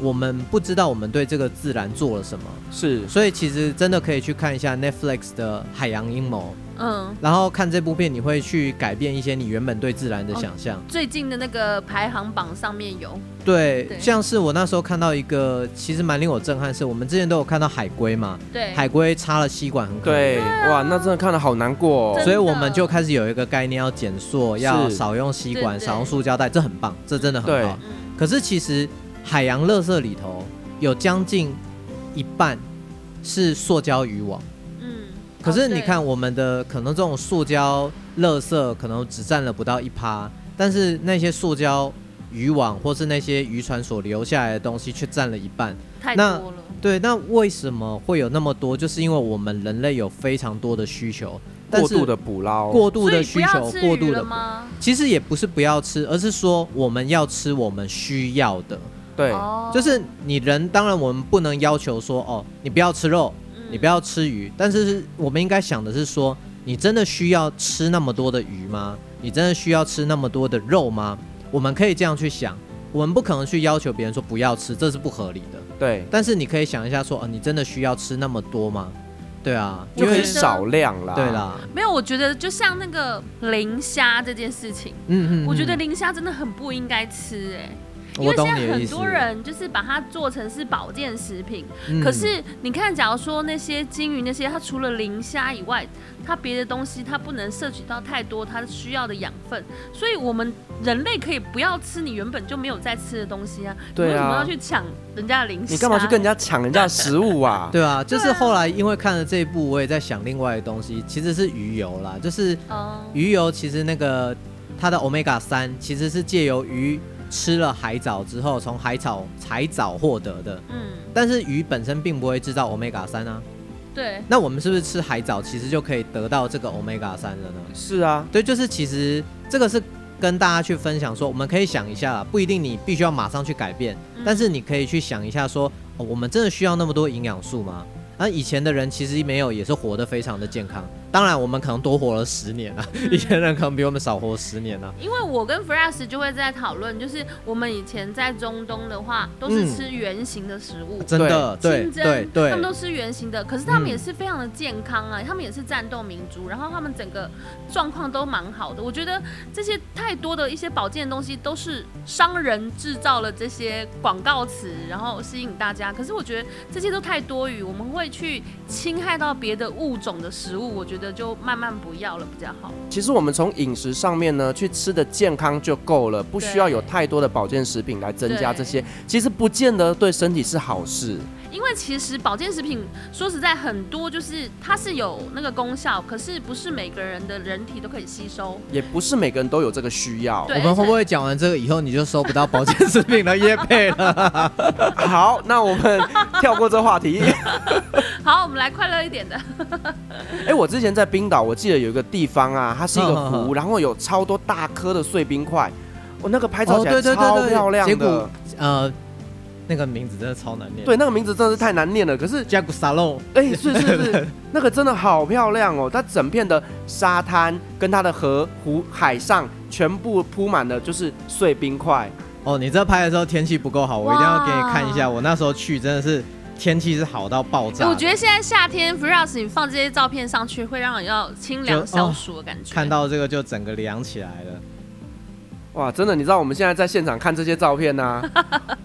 D: 我们不知道我们对这个自然做了什么，
B: 是
D: 所以其实真的可以去看一下 Netflix 的《海洋阴谋
C: 嗯》，，
D: 然后看这部片，你会去改变一些你原本对自
B: 哦
D: 然的想象。
C: 最近的那个排行榜上面有，
D: 对，
C: 对
D: 像是我那时候看到一个，其实蛮令我震撼，是我们之前都有看到海龟嘛，
C: 对，
D: 海龟插了吸管很可怜。
B: 对，哇，那真的看了好难过、
C: 真
B: 哦。
D: 所以我们就开始有一个概念，要减塑，要
B: 是
D: 少用吸管，
C: 对对
D: 少用塑胶袋，这很棒，这真的很
B: 对
D: 好。
C: 嗯，
D: 可是其实海洋垃圾里头有将近一半是塑胶渔网。
C: 嗯，
D: 可是你
C: 哦，
D: 看，我们的可能这种塑胶垃圾可能只占了不到一趴，但是那些塑胶渔网或是那些渔船所留下来的东西却占了一半。
C: 对太
D: 那
C: 多了，
D: 对，那为什么会有那么多？就是因为我们人类有非常多的需求，但
B: 过
D: 是
B: 度的捕捞，
D: 过度
C: 所
D: 的需
C: 以不
D: 求
C: 要，吃
D: 过
C: 鱼
D: 度
C: 了
D: 的，
C: 吗？
D: 其实也不是不要吃，而是说我们要吃我们需要的。
B: 对，
C: 哦
D: 就是你人，当然我们不能要求说哦，你不要吃肉，
C: 嗯
D: 你不，要吃鱼，但是是我们应该想的是说，你真的需要吃那么多的鱼吗？你真的需要吃那么多的肉吗？我们可以这样去想，我们不可能去要求别人说不要吃，这是不合理的。
B: 对，
D: 但是你可以想一下说，哦、你真的需要吃那么多吗？对啊，
B: 就
D: 因
B: 很
D: 为
C: 是
B: 少量啦。
D: 对，啦，
C: 嗯没有，我觉得就像那个磷虾这件事情，
D: 嗯嗯，
C: 我觉得
D: 嗯
C: 磷虾真的很不应该吃，哎。因
D: 我
C: 为现
D: 懂
C: 在
D: 你的意
C: 很
D: 思。
C: 多人就是把它做成是保健食品，
D: 嗯
C: 可是你看，假如说那些金鱼那些，它除了磷虾以外，它别的东西它不能摄取到太多它需要的养分，所以我们人类可以不要吃你原本就没有在吃的东西啊。你
B: 对啊
C: 为什么要去抢人家的啊磷虾？
B: 你干嘛去跟人？家抢人家的食物啊？
D: 对啊，就是后来因为看了这一部，我也在想另外的东西，其实是鱼油啦，就是
C: 哦、
D: 鱼油其实那个它的 omega 三其实是借由鱼吃了海藻之后，从海藻海藻获得的。
C: 嗯，
D: 但是鱼本身并不会制造 omega 三啊，
C: 对，
D: 那我们是不是吃海藻其实就可以得到这个 omega 三了呢？
B: 是啊，
D: 对，就是其实这个是跟大家去分享说，我们可以想一下啦，不一定你必须要马上去改变，
C: 嗯
D: 但是你可以去想一下说，哦、我们真的需要那么多营养素吗？那、以前的人其实没有，也是活得非常的健康。当然，我们可能多活了十年啊，以前人可能比我们少活十年啊。
C: 因为我跟 Fras 就会在讨论，就是我们以前在中东的话，都是
D: 嗯
C: 吃圆形的食物。
D: 真的，对
C: 清
D: 对
C: 真，他们
D: 对
C: 都吃圆形的，可是他们
D: 嗯
C: 也是非常的健康啊，他们也是战斗民族，然后他们整个状况都蛮好的。我觉得这些太多的一些保健的东西都是商人制造了这些广告词，然后吸引大家。可是我觉得这些都太多余，我们会去侵害到别的物种的食物，我觉得就慢慢不要了比较好。
B: 其实我们从饮食上面呢，去吃的健康就够了，不需要有太多的保健食品来增加
C: 对
B: 这些。其实不见得对身体是好事。
C: 因为其实保健食品说实在很多，就是它是有那个功效，可是不是每个人的人体都可以吸收。
B: 也不是每个人都有这个需要。
C: 对
D: 我们会不会讲完这个以后，你就收不到保健食品的业配了？
B: 好，那我们跳过这话题。
C: 好，我们来快乐一点的。
B: 哎、我之前在冰岛，我记得有一个地方啊，它是一个
D: 嗯嗯
B: 湖，
D: 嗯
B: 然后有超多大颗的碎冰块，我、那个拍照
D: 哦，
B: 起
D: 对
B: 来
D: 对对
B: 超
D: 对，
B: 漂亮的。
D: 结果 呃，那个名字真的超难念。
B: 对，那个名字真的是太难念了，可是
D: ，Jack Salon。
B: 哎、是是是，那个真的好漂亮哦！它整片的沙滩跟它的河湖海上全部铺满了就是碎冰块，
D: 哦，你这拍的时候天气不够好，我一定要给你看一下。
C: 哇
D: 我那时候去真的是天气是好到爆炸的，
C: 哎我觉得现在夏天 f r a s 你放这些照片上去，会让人要清
B: 哦
C: 凉消暑的感觉。
D: 看到这个就整个凉起来了。
B: 哇，真的，你知道我们现在在现场看这些照片呐、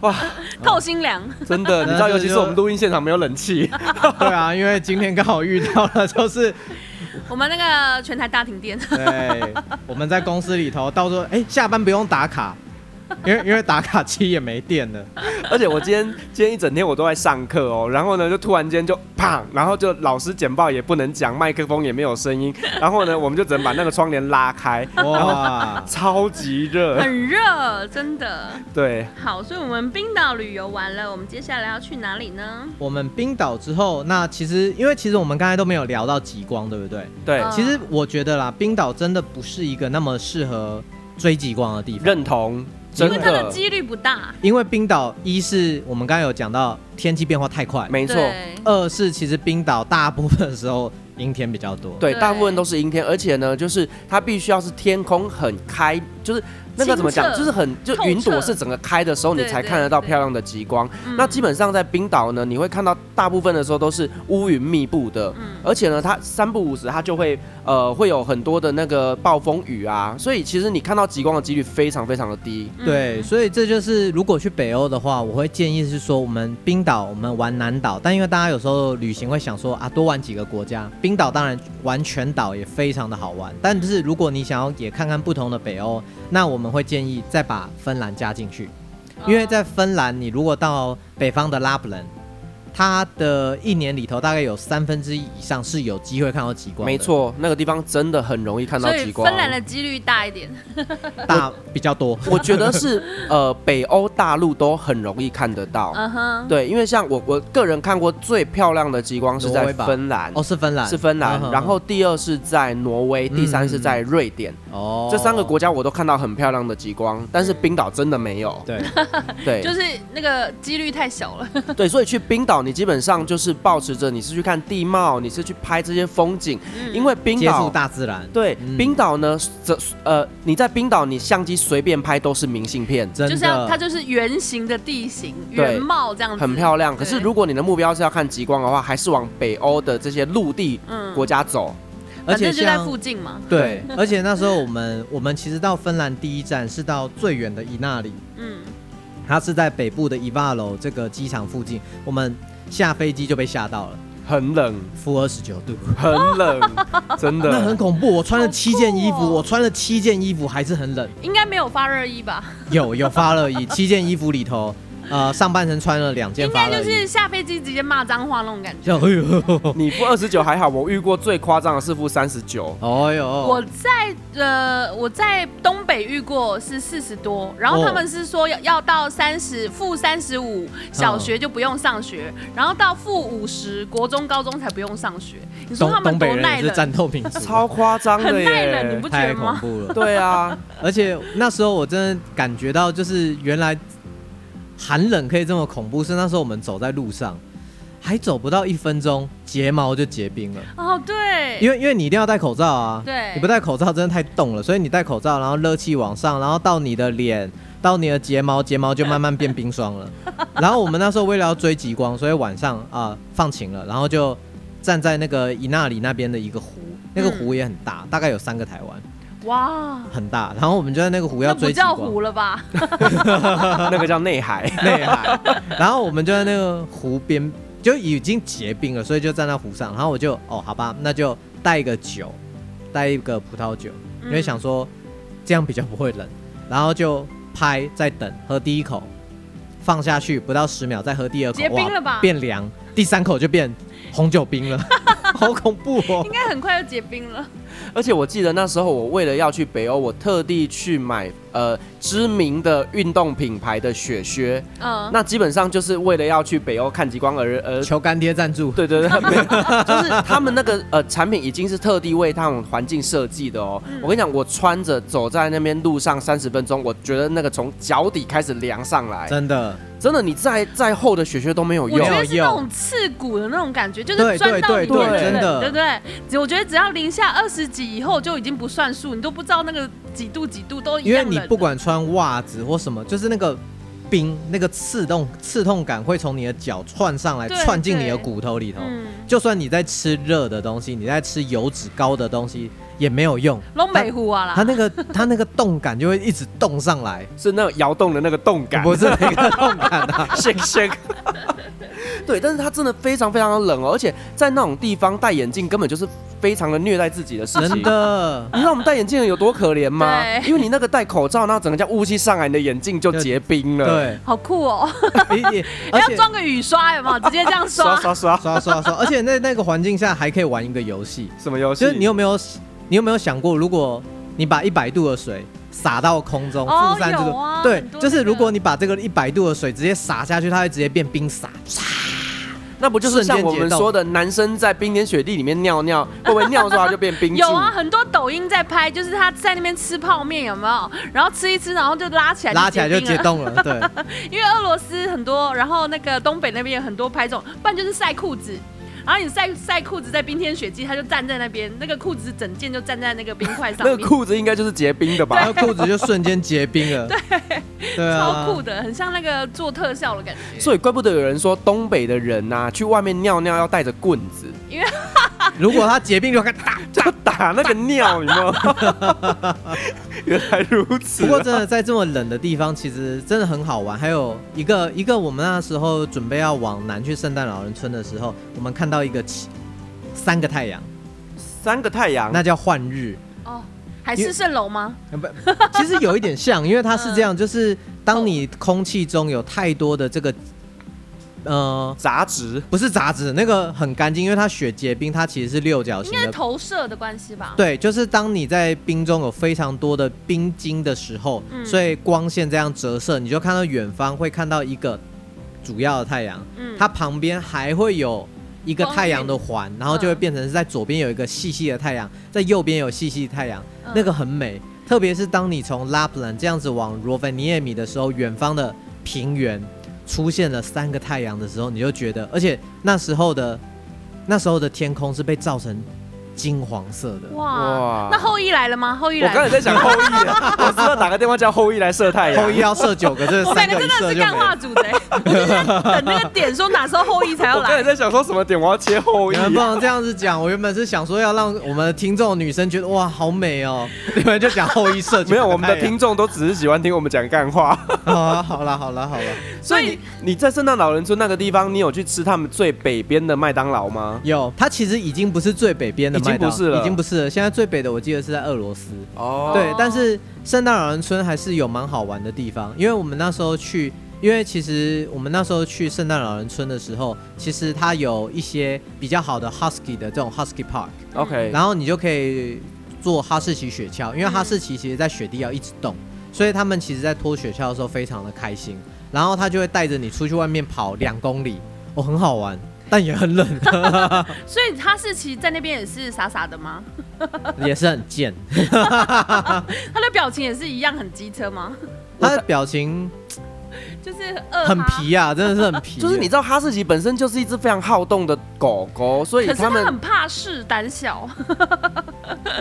B: 哇，
C: 透心 凉，
B: 真的，你知道， 尤其是我们录音现场没有冷气，
D: 对啊，因为今天刚好遇到了，就是
C: 我们 那个全台大停电，
D: 对我们在公司里头，到时候哎下班不用打卡，因为因为打卡机也没电了。
B: 而且我今天今天一整天我都在上课哦，然后呢就突然间就砰，然后就老师简报也不能讲，麦克风也没有声音，然后呢我们就只能把那个窗帘拉开，
D: 哇，
B: 超级热，
C: 很热，真的。
B: 对，
C: 好，所以我们冰岛旅游完了，我们接下来要去哪里呢？
D: 我们冰岛之后，那其实因为其实我们刚才都没有聊到极光，对不对？
B: 对，
C: 嗯
D: 其实我觉得啦，冰岛真的不是一个那么适合追极光的地方。
B: 认同，真
C: 因为它的
B: 的，
C: 几率不大，
D: 因为冰岛一是我们刚才有讲到天气变化太快，
B: 没错，
C: 对，
D: 二是其实冰岛大部分的时候阴天比较多。
B: 对，
C: 对
B: 大部分都是阴天，而且呢，就是它必须要是天空很开，就是那个怎么讲，
C: 清澈
B: 就是很就云
C: 透
B: 朵
C: 彻
B: 是整个开的时候，你
C: 对
B: 才
C: 对
B: 看得到
C: 对
B: 漂亮的极光。
C: 嗯
B: 那基本上在冰岛呢，你会看到大部分的时候都是乌云密布的，
C: 嗯
B: 而且呢，它三不五时它就会呃会有很多的那个暴风雨啊，所以其实你看到极光的几率非常非常的低。
D: 对，嗯所以这就是如果去北欧的话，我会建议是说，我们冰岛我们玩南岛，但因为大家有时候旅行会想说啊，多玩几个国家，冰岛当然玩全岛也非常的好玩，但就是如果你想要也看看不同的北欧，那我们会建议再把芬兰加进去，因为在芬兰，你如果到北方的拉普兰，它的一年里头大概有三分之一以上是有机会看到极光，
B: 没，错，那个地方真的很容易看到
C: 所
B: 极
C: 以
B: 光。
C: 芬兰的几率大一点，
D: 大比较多。
B: 我觉得是呃北欧大陆都很容易看得到。
C: 嗯哼，
B: 对，因为像我我个人看过最漂亮的极光是
D: 挪
B: 在
D: 威吧
B: 芬兰，
D: 哦，是芬兰，
B: 是芬兰
D: 嗯，哼
B: 然后第二是在挪威，第三是在瑞典，
D: 哦，
B: 这三个国家我都看到很漂亮的极光，但是冰岛真的没有。
D: 对。
B: 对
C: 就是那个几率太 小了，
B: 对，所以去冰岛你基本上就是保持着你是去看地貌，你是去拍这些风景，
C: 嗯
B: 因为冰
D: 嗯接触
B: 岛。
D: 大自然，
B: 对，
D: 嗯
B: 冰岛呢，这呃，你在冰岛，你相机随便拍都是明信片，
D: 真的，
C: 就是要它就是圆形的地形，
B: 对
C: 原貌这样子，
B: 很漂亮。
C: 对
B: 可是如果你的目标是要看极光的话，还是往北欧的这些陆地
C: 嗯
B: 国家走。
D: 而
C: 反
D: 且
C: 正就在
D: 像
C: 附近嘛，
D: 对，而且那时候我们我们其实到芬兰第一站是到最远的伊那里，
C: 嗯，
D: 它是在北部的伊瓦楼这个机场附近，我们下飞机就被吓到了，
B: 很冷，
D: 负二 十九度，
B: 很冷，真的。
D: 那很恐怖。我穿了七件衣服，
C: 好酷哦
D: 我穿了七件衣服还是很冷，
C: 应该没有发热衣吧？
D: 有有发热衣，七件衣服里头，呃，上半身穿了两件
C: 应
D: 发
C: 该
D: 热
C: 就
D: 衣，
C: 是下飞机直接骂脏话那种感觉。
D: 就哎呦，
B: 你付二十九还好，我遇过最夸张的是付三十九。
D: 哎呦，
C: 我在呃，我在东北遇过是四十多，然后
D: 哦
C: 他们是说要要到三十负三十五，小学就不用上学，然后到负五十，国中、高中才不用上学。你说
D: 东
C: 他们
D: 东
C: 多
D: 北人
C: 耐
D: 也是
C: 冷，
D: 战斗民族，
B: 超夸张的
C: 很
B: 耶！
C: 耐冷，你不觉
D: 太
C: 得
D: 恐
C: 吗？
D: 怖了。
B: 对啊，
D: 而且那时候我真的感觉到，就是原来寒冷可以这么恐怖，是那时候我们走在路上，还走不到一分钟，睫毛就结冰了。
C: 哦，对，
D: 因
C: 为
D: 为因为你一定要戴口罩啊，
C: 对
D: 你不戴口罩真的太冻了，所以你戴口罩，然后热气往上，然后到你的脸，到你的睫毛，睫毛就慢慢变冰霜 了。然后我们那时候为了要追极光，所以晚上啊、放晴了，然后就站在那个伊那里那边的一个湖，那
C: 嗯
D: 个湖也很大，大概有三个台湾，
C: 哇，
D: 很大。然后我们就在那个湖要
C: 那不
D: 追极
C: 叫
D: 光，
C: 湖了吧？
B: 那个叫内海。
D: 内海，然后我们就在那个湖边，就已经结冰了，所以就站在湖上。然后我就哦，好吧，那就带一个酒，带一个葡萄酒，因为
C: 嗯
D: 想说这样比较不会冷。然后就拍，再等，喝第一口，放下去不到十秒，再喝第二口，
C: 结冰
D: 哇
C: 了吧
D: 变凉，第三口就变红酒 冰了，好恐怖哦
C: 应！该很快就结冰了。
B: 而且我记得那时候我为了要去北欧，我特地去买呃知名的运动品牌的雪靴，
C: 嗯，
B: 那基本上就是为了要去北欧看极光而而。
D: 求干爹赞助，
B: 对对对，没有 就是他们那个呃产品已经是特地为他们环境设计的哦。我跟你讲，我穿着走在那边路上三十分钟，我觉得那个从脚底开始凉上来，
D: 真的。
B: 真的，你再再厚的雪靴都没有
C: 我
B: 用
C: 觉。得是那
D: 有
C: 种刺骨的那种感觉，就
D: 对
C: 是钻到
D: 对
C: 你
D: 对
C: 的
B: 对
C: 人
D: 真的
C: 对不对？只我觉得只要零下二十几以后就已经不算数，你都不知道那个几度几度都一
D: 因为
C: 样
D: 你
C: 冷
D: 不管穿袜子或什么，就是那个冰那个刺痛刺痛感会从你的脚窜上来，
C: 对
D: 窜进你的骨头里头。
C: 嗯，
D: 就算你在吃热的东西，你在吃油脂高的东西也没有用，
C: 龙美湖啊
D: 它
C: 啦，
D: 那个它那个动感就会一直动上来，
B: 是那个摇动的那个动感，。
D: 不是那个动感啊
B: shake shake。对，但是它真的非常非常的冷哦，而且在那种地方戴眼镜根本就是非常的虐待自己的事
D: 真
B: 情。
D: 的，
B: 你知道我们戴眼镜的有多可怜吗？
C: 对
B: 因为你那个戴口罩，然后整个叫雾气上来，你的眼镜就结冰了。，
D: 对，
C: 好酷哦！
D: 一点，而
C: 要
D: 且
C: 装个雨刷有没有？直接这样
B: 刷刷
C: 刷。
B: 刷，
D: 刷刷刷，而且那那个环境下还可以玩一个游戏，
B: 什么游戏？
D: 就是你有没有你有没有想过，如果你把一百度的水洒到空中，
C: 哦
D: 负三十
C: 有
D: 度
C: 啊，
D: 对
C: 很，多
D: 就是
C: 那个
D: 如果你把这个一百度的水直接洒下去，它会直接变冰洒，
B: 那不就是像我们说的，男生在冰天雪地里面尿 尿，会不会尿出来就变冰柱？
C: 有啊，很多抖音在拍，就是他在那边吃泡面，有没有？然后吃一吃，然后就拉起来，
D: 拉起来就
C: 结冰啊
D: 解
C: 了。
D: 冻了，对，
C: 因为俄罗斯很多，然后那个东北那边也很多拍这种，不然就是晒裤子。然后你晒晒裤子，在冰天雪地，他就站在那边，那个裤子整件就站在那个冰块上
B: 那
C: 面，
B: 个裤子应该就是结冰的
D: 然
B: 吧
D: 后？裤子就瞬间结冰 了，对，对啊，
C: 超酷的，很像那个做特效的感 觉。
B: 所以怪不得有人说东北的人呐、去外面尿尿要带着棍子，
D: 如果它结冰就开始打。
B: 就打那个尿，你知 道吗？原来如此、
D: 不过真的在这么冷的地方，其实真的很好玩。还有一个一个，我们那时候准备要往南去圣诞老人村的时候，我们看到一个起三个太阳，
B: 三个太阳，
D: 那叫幻日。
C: 哦，海市蜃楼吗？
D: 呃不，其实有一点像，因为它是这
C: 嗯
D: 样，就是当你空气中有太多的这个，呃，
B: 杂质
D: 不是杂质，那个很干净，因为它雪结冰，它其实是六角
C: 应
D: 形
C: 该是
D: 的。
C: 投射的关系吧？
D: 对，就是当你在冰中有非常多的冰晶的时候，
C: 嗯
D: 所以光线这样折射，你就看到远方会看到一个主要的太阳，
C: 嗯
D: 它旁边还会有一个太阳的环，然后
C: 嗯
D: 就会变成是在左边有一个细细的太阳，在右边有细细的太阳，
C: 嗯
D: 那个很美。特别是当你从拉普兰这样子往罗凡尼耶米的时候，远方的平原出现了三个太阳的时候，你就觉得，而且那时候的那时候的天空是被照成金黄色的。
B: 哇
C: 哇，那后羿来了吗？后羿
B: 我
C: 来
B: 刚
C: 了
B: 才。在 想后羿啊，我知道打个电话叫后啊羿来射太阳。
D: 后羿啊要射九个，这
C: 我
D: 三
C: 感觉
D: 个
C: 真
D: 一
C: 的
D: 射
C: 是
D: 就没
C: 干
D: 了
C: 化。组的、欸，我就在等那个点说哪时候后羿才要
B: 我刚才
C: 来。
B: 在想说什么点，我要切后啊
D: 你
B: 羿。
D: 们不能这样子讲，我原本是想说要让我们的听众女生觉得哇好美哦， 你们就讲后羿射九个
B: 没有，我们的
D: 太阳
B: 听众都只是喜欢听我们讲干话。
D: 啊，哎好了好了好了，
B: 所以你你在圣诞老人村那个地方，你有去吃他们最北边的麦当劳吗？
D: 有，它其实已经不是最北边的
B: 已经
D: 麦当劳，
B: 不是了
D: 已经不是了。现在最北的我记得是在俄罗斯，
B: 哦
D: 对。但是圣诞老人村还是有蛮好玩的地方，因为我们那时候去，因为其实我们那时候去圣诞老人村的时候，其实它有一些比较好的 husky 的这种 husky park，
B: ，OK，
D: 然后你就可以做哈士奇雪橇，因为
C: 嗯
D: 哈士奇其实在雪地要一直动，所以他们其实在拖雪橇的时候非常的开心，然后他就会带着你出去外面跑两公里，哦，很好玩，但也很冷，
C: 所以哈士奇在那边也是傻傻的吗？
D: 也是很贱。
C: 他的表情也是一样很机车吗？
D: 他的表情
C: 就是二
D: 很
C: 哈。
D: 皮啊，真的是很皮。
B: 就是你知道哈士奇本身就是一只非常好动的狗狗，所以
C: 可是
B: 他
C: 他
B: 们，
C: 很怕事，胆小，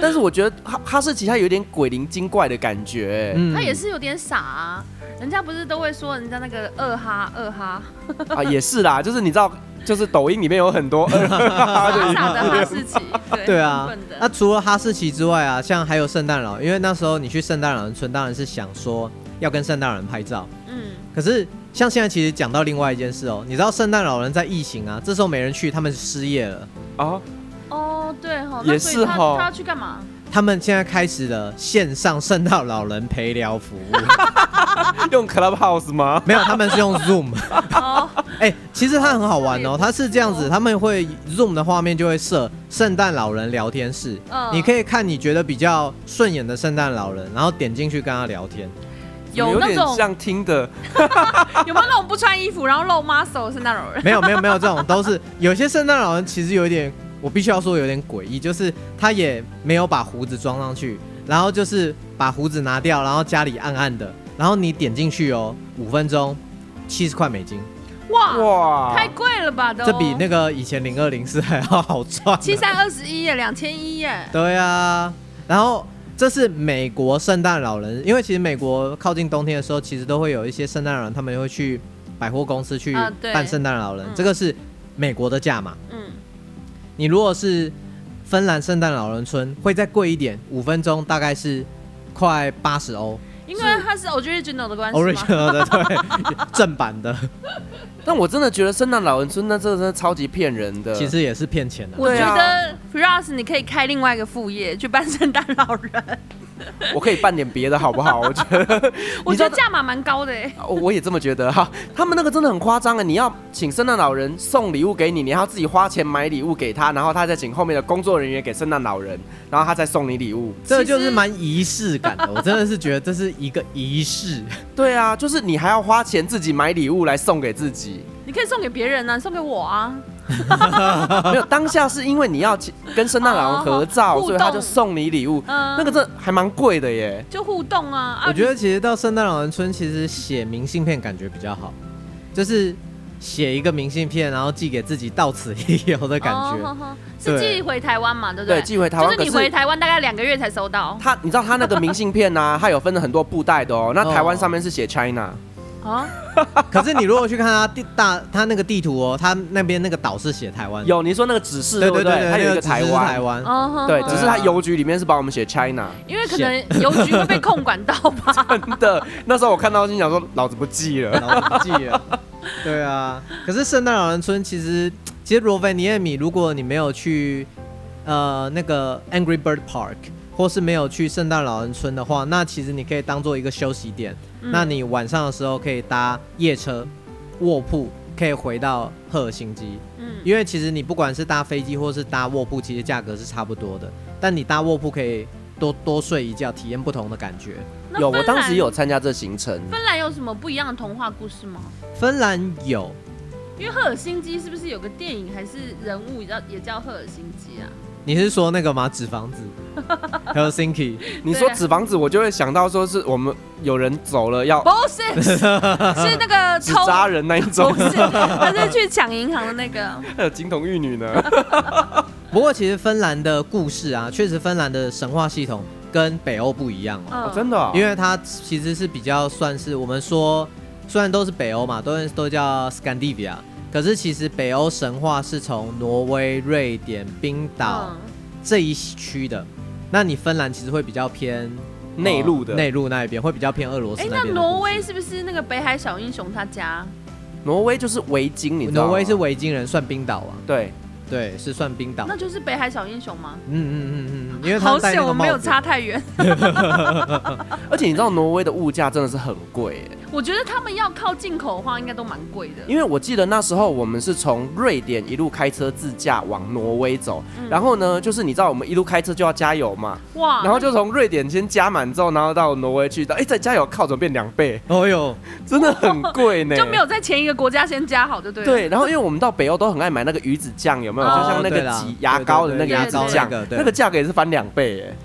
B: 但是我觉得哈哈士奇它有点鬼灵精怪的感觉。
D: 嗯
C: 他也是有点傻、啊。人家不是都会说人家那个二哈二哈
B: 啊，也是啦，就是你知道，就是抖音里面有很 多
C: 傻傻的哈士奇，对
D: 对啊
C: 很笨。
D: 那
C: 的
D: 除了哈士奇之外啊，像还有圣诞老，因为那时候你去圣诞老人村，当然是想说要跟圣诞老人拍照。
C: 嗯，
D: 可是像现在其实讲到另外一件事哦，你知道圣诞老人在疫情啊，这时候没人去，他们失业了，
B: 哦，
C: 哦对吼，
B: 也
C: 那所以他
B: 是吼
C: 他要去干嘛？
D: 他们现在开始了线上圣诞老人陪聊服务，
B: 啊用 Clubhouse 吗？
D: 没有，他们是用 Zoom。
C: 哦，
D: 哎、其实它很好玩哦，它是这样子，他们会 Zoom 的画面就会设圣诞老人聊天室，
C: 嗯
D: 你可以看你觉得比较顺眼的圣诞老人，然后点进去跟他聊天。
C: 有那
B: 点
C: 种
B: 像听的，
C: 有没有那种不穿衣服然后露 muscle 的圣诞老人？
D: 没有没有没有，这种都是有些圣诞老人其实有一点，我必须要说有点诡异，就是他也没有把胡子装上去，然后就是把胡子拿掉，然后家里暗暗的，然后你点进去哦，五分钟。七十块美金，
C: 哦哇，
B: 哇，
C: 啊太贵了吧都。
D: 这比那个以前零二零四还要好赚啊。
C: 七三二十一耶，两千一耶。
D: 对啊，然后这是美国圣诞老人，因为其实美国靠近冬天的时候，其实都会有一些圣诞老人，他们会去百货公司去
C: 啊对
D: 办圣诞老人，
C: 嗯
D: 这个是美国的价嘛。
C: 嗯，
D: 你如果是芬兰圣诞老人村，会再贵一点，五分钟大概是快八十欧，
C: 因为它是 original 的关系嘛。
D: original 的，对，正版的，
B: 但我真的觉得圣诞老人村那真的真的超级骗人的。
D: 其实也是骗钱的、
C: 我
B: 对
C: 觉
B: 啊
C: 得 Ross 你可以开另外一个副业，去扮圣诞老人，
B: 我可以办点别的好不好？我觉得
C: 我
B: 知道
C: 觉得价码蛮高的哎。
B: 我哦我也这么觉得哈。他们那个真的很夸张啊！你要请圣诞老人送礼物给你，你还要自己花钱买礼物给他，然后他再请后面的工作人员给圣诞老人，然后他再送你礼物。
D: 这就是蛮仪式感的。我真的是觉得这是一个仪式，
B: 对啊，就是你还要花钱自己买礼物来送给自己。
C: 你可以送给别人啊，送给我啊。
B: 没有当下是因为你要请跟圣诞老人合照，
C: 哦
B: 所以他
C: 互动
B: 就送你礼物。
C: 嗯
B: 那个这还蛮贵的耶。
C: 就互动啊。啊
D: 我觉得其实到圣诞老人村，其实写明信片感觉比较好，就是写一个明信片，然后寄给自己到此一游的感
C: 哦
D: 觉。
C: 呵呵
D: 对
C: 是寄回台湾嘛，对不
B: 对，
C: 对？
B: 寄回台湾
C: 就
B: 可
C: 是你回
B: 是。
C: 台湾大概两个月才收到
B: 他，你知道他那个明信片呐、啊，他有分了很多布袋的哦。那台湾
D: 哦
B: 上面是写 China，
C: 啊。
D: 可是你如果去看他地大他那个地图哦，他那边那个岛是写台湾，
B: 有你说那个指示
D: 对
B: 不
D: 对对对，
B: 它有一
D: 那
B: 个
D: 只是
B: 台湾嗯
D: 台，湾。
C: 哦呵
B: 对，
C: 呵
B: 只是他
D: 它
B: 邮局里面是帮我们写 China，
C: 因为可能邮局会被控管到 吧。
B: 真的。那时候我看到心想说，老子不记了。
D: 然后我记了。对啊，可是圣诞老人村其实，其实罗菲尼耶米，如果你没有去呃那个 Angry Bird Park，或是没有去圣诞老人村的话，那其实你可以当做一个休息点。
C: 嗯
D: 那你晚上的时候可以搭夜车、卧铺，可以回到赫尔辛基。
C: 嗯，
D: 因为其实你不管是搭飞机或是搭卧铺，其实价格是差不多的，但你搭卧铺可以多多睡一觉，体验不同的感觉。
C: 那
B: 有，
C: 芬
B: 我当时
C: 兰
B: 有。参加这行程，
C: 芬兰有什么不一样的童话故事吗？
D: 芬兰有，
C: 因为赫尔辛基是不是有个电影还是人物也叫也叫赫尔辛 基啊？
D: 你是说那个吗？纸房子，Helsinki，
B: 你说纸房子，我就会想到说是我们有人走了要
C: 不是，是 那个
B: 纸
C: 偷，
B: 扎人那一种
C: 不，是，他是去抢银行的那个。
B: 还有金童玉女 呢。
D: 不过其实芬兰的故事啊，确实芬兰的神话系统跟北欧不一样哦，
B: 哦
C: 嗯，
B: 真的哦，
D: 因为它其实是比较算是我们说，虽然都是北欧嘛，都都叫 Scandinavia，可是其实北欧神话是从挪威、瑞典、冰
B: 啊
D: 岛
C: 嗯
D: 这一区的。那你芬兰其实会比较偏
B: 内陆的
D: 呃内陆那一边会比较偏俄罗斯
C: 哎，
D: 那
C: 那
D: 边的故事。
C: 挪威是不是那个北海小英雄他家？
B: 挪威就是维京，你知道吗
D: 挪威是维京人，算冰岛啊，
B: 对，
D: 对，是算冰岛。
C: 那就是北海小英雄吗？
D: 嗯嗯嗯嗯嗯，因为他
C: 好
D: 戴那
C: 险
D: 个
C: 我没
D: 帽
C: 有
D: 子。
C: 差太远。
B: 而且你知道挪威的物价真的是很贵耶，
C: 我觉得他们要靠进口的话，应该都蛮贵的。
B: 因为我记得那时候我们是从瑞典一路开车自驾往挪威走，
C: 嗯啊
B: 然后呢，就是你知道我们一路开车就要加油嘛，
C: 哇，
B: 然后就从瑞典先加满之后，然后到挪威去，到哎再加油靠左变两倍，
D: 哦哟，
B: 真的很贵呢。
C: 就没有在前一个国家先加好，就对了。
B: 对，然后因为我们到北欧都很爱买那个鱼子酱，有没有？
C: 哦
B: 就像那
D: 对
B: 个
D: 啦
B: 挤牙膏的那
D: 对
B: 个
D: 对
B: 鱼
D: 对
B: 子
C: 牙膏
B: 酱
D: 那个，对
B: 那个价格也是翻两倍耶。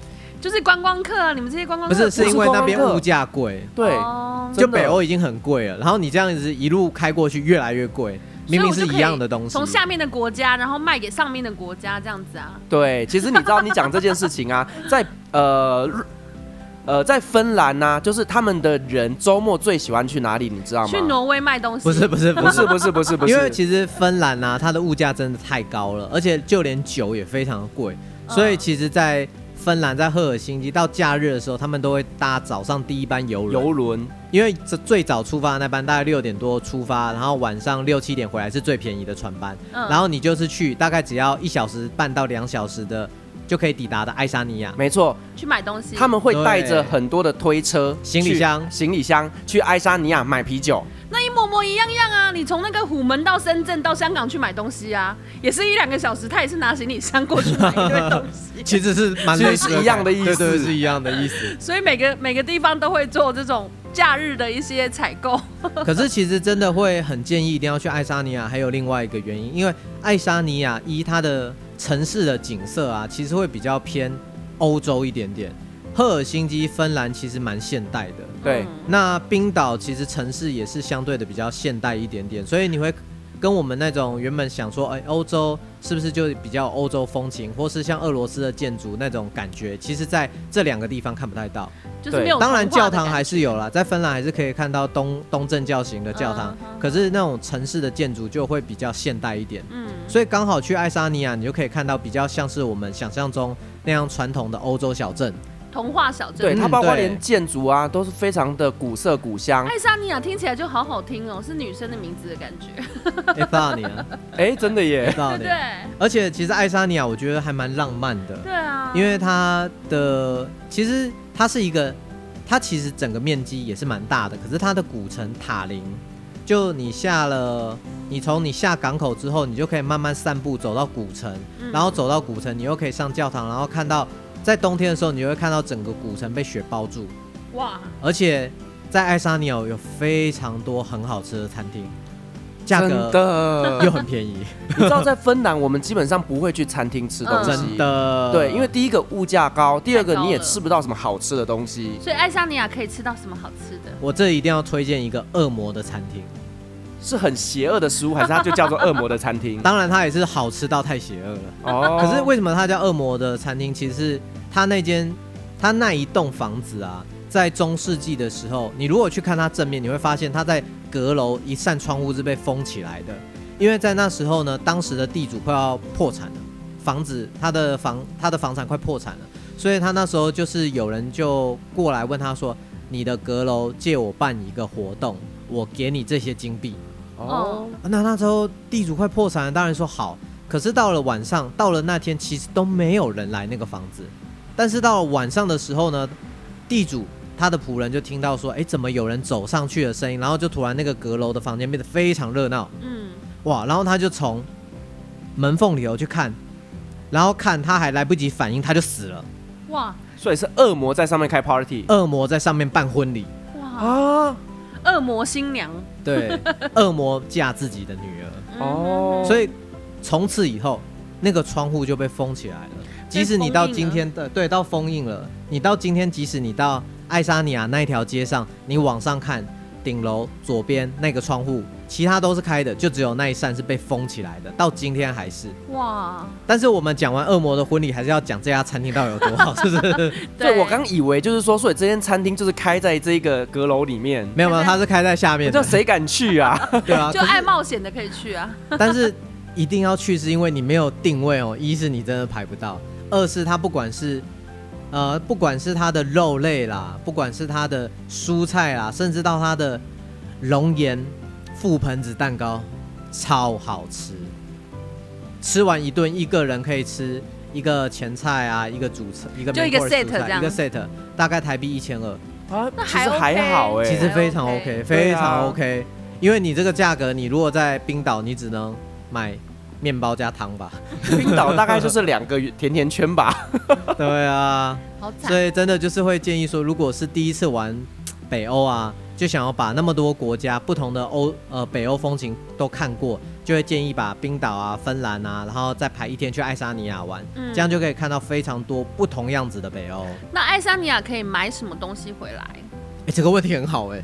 C: 就是观光客啊，你们这些观光
D: 不
C: 客
D: 是，是因为那边物价贵，
B: 对，
C: 哦
B: 真的
D: 就北欧已经很贵了，然后你这样子一路开过去，越来越贵，明明是一样的东西
C: 从。下面的国家，然后卖给上面的国家，这样子啊。
B: 对，其实你知道，你讲这件事情啊， 在呃日呃在芬兰呐、就是他们的人周末最喜欢去哪里，你知道吗？
C: 去挪威卖东西，
D: 不是不 是
B: 不
D: 不
B: 是
D: 是，
B: 不是不是不是，
D: 因为其实芬兰啊，它的物价真的太高了，而且就连酒也非常的贵，所以其实，在芬兰在赫尔辛基到假日的时候，他们都会搭早上第一班游轮，
B: 游轮
D: 因为这最早出发的那班大概六点多出发，然后晚上六七点回来是最便宜的船班，
C: 嗯
D: 然后你就是去大概只要一小时半到两小时的就可以抵达的爱沙尼亚。
B: 没错，
C: 去买东西。
B: 他们会带着
D: 对
B: 很多的推车、
D: 行李箱
B: 去行李箱去爱沙尼亚买啤酒。
C: 那一模模一样样啊，你从那个虎门到深圳到香港去买东西啊，也是一两个小时，他也是拿行李箱过去买一堆东 西。。
D: 其实是蛮
B: 其实
D: 类似
B: 是一样的意思
D: 对对，是一样的意思
C: 所以每个每个地方都会做这种假日的一些采购。
D: 可是其实真的会很建议一定要去爱沙尼亚，还有另外一个原因，因为爱沙尼亚一它的城市的景色啊，其实会比较偏欧洲一点点。赫尔辛基，芬兰其实蛮现代的。
B: 对，
C: 嗯
D: 那冰岛其实城市也是相对的比较现代一点点，所以你会跟我们那种原本想说，哎，欧洲是不是就比较欧洲风情，或是像俄罗斯的建筑那种感觉，其实在这两个地方看不太到。
C: 就是
B: 对
C: 没有
D: 当然，
C: 童哦话
D: 教
C: 的
D: 堂
C: 感
D: 还
C: 觉
D: 是有啦，在芬兰还是可以看到东东正教型的教堂，
C: 嗯嗯
D: 可是那种城市的建筑就会比较现代一点。
C: 嗯，
D: 所以刚 好去爱沙尼亚，你就可以看到比较像是我们想象中那样传统的欧洲小镇，
C: 童话小镇。
B: 对，它
D: 嗯
B: 包括
D: 对
B: 连建筑啊都是非常的古色古香。
C: 爱沙尼亚听起来就好好听哦，是女生的名字的感觉，
D: 哎，大你啊，
B: 哎，真的耶，
D: 大
C: 对不
D: 你。
C: 对？
D: 而且其实爱沙尼亚我觉得还蛮浪漫的，
C: 对啊，
D: 因为它的其实它是一个，它其实整个面积也是蛮大的，可是它的古城塔林，就你下了，你从你下港口之后，你就可以慢慢散步走到古城，
C: 嗯
D: 然后走到古城，你又可以上教堂，然后看到在冬天的时候，你就会看到整个古城被雪包住，
C: 哇，
D: 而且在爱沙尼亚有非常多很好吃的餐厅，价
B: 真
D: 格又
B: 的。
D: 很便宜，
B: 你知道在芬兰，我们基本上不会去餐厅吃东
C: 嗯
B: 西，
D: 真。的。
B: 对，因为第一个物价高，第二个
C: 太高
B: 你也
C: 了
B: 吃不到什么好吃的东西。
C: 所以爱沙尼亚可以吃到什么好吃的？
D: 我这一定要推荐一个恶魔的餐厅。
B: 是很邪恶的食物，还是它就叫做恶魔的餐 厅？
D: 当然，它也是好吃到太邪恶了。
B: 哦
D: 可是为什么它叫恶魔的餐厅？其实是它那间，它那一栋房子啊，在中世纪的时候，你如果去看它正面，你会发现它在阁楼一扇窗户是被封起来的，因为在那时候呢，当时的地主快要破产了，房子他的房他的房产快破产了，所以他那时候就是有人就过来问他说：“你的阁楼借我办一个活动，我给你这些金币。”
B: 哦，
D: 啊那那时候地主快破产了，当然说好。可是到了晚上，到了那天，其实都没有人来那个房子。但是到了晚上的时候呢，地主他的仆人就听到说，哎，怎么有人走上去的声音？然后就突然那个阁楼的房间变得非常热闹，
C: 嗯，
D: 哇！然后他就从门缝里头去看，然后看他还来不及反应，他就死了。
C: 哇
B: 所以是恶魔在上面开 party
D: 恶魔在上面办婚礼，
C: 哇，
B: 啊？
C: 恶魔新娘，
D: 对， 恶魔嫁自己的女儿。
C: 嗯
B: 哦
D: 所以从此以后，那个窗户就被封起来了。即使你到今天的对到封印了，你到今天，即使你到爱沙尼亚那一条街上，你往上看，顶楼左边那个窗户，其他都是开的，就只有那一扇是被封起来的，到今天还是。
C: 哇，
D: 但是我们讲完恶魔的婚礼，还是要讲这家餐厅到底有多好，是不是？
B: 对，我刚以为就是说，所以这间餐厅就是开在这个阁楼里面，
D: 没有没有，它是开在下面
B: 那叫
D: 的，
B: 谁敢去啊？
D: 对啊
C: 就。爱冒险的可以去啊，
D: 但是一定要去，是因为你没有定位哦。一是你真的排不到，二是它不管是呃，不管是它的肉类啦，不管是它的蔬菜啦，甚至到它的熔岩覆盆子蛋糕，超好吃。吃完一顿，一个人可以吃一个前菜啊，一个主菜，一个
C: 就一个
D: main course
C: set
D: 主菜
C: 这样
D: 一个 set，大概台币一千二。
B: 啊，
C: 那
B: 其
C: 还
B: 实
C: OK
B: 还好哎、
D: 其实非常
C: OK
D: OK，非
B: 对啊
D: 常 OK，因为你这个价格，你如果在冰岛，你只能买面包加汤 吧。
B: 冰岛大概就是两个甜甜圈吧。
D: 对啊，
C: 好
D: 所
C: 惨，
D: 以真的就是会建议说，如果是第一次玩北欧啊，就想要把那么多国家不同的欧呃北欧风情都看过，就会建议把冰岛啊、芬兰啊，然后再排一天去爱沙尼亚玩，
C: 嗯
D: 这样就可以看到非常多不同样子的北欧。
C: 那爱沙尼亚可以买什么东西回来？
D: 哎、这个问题很好哎、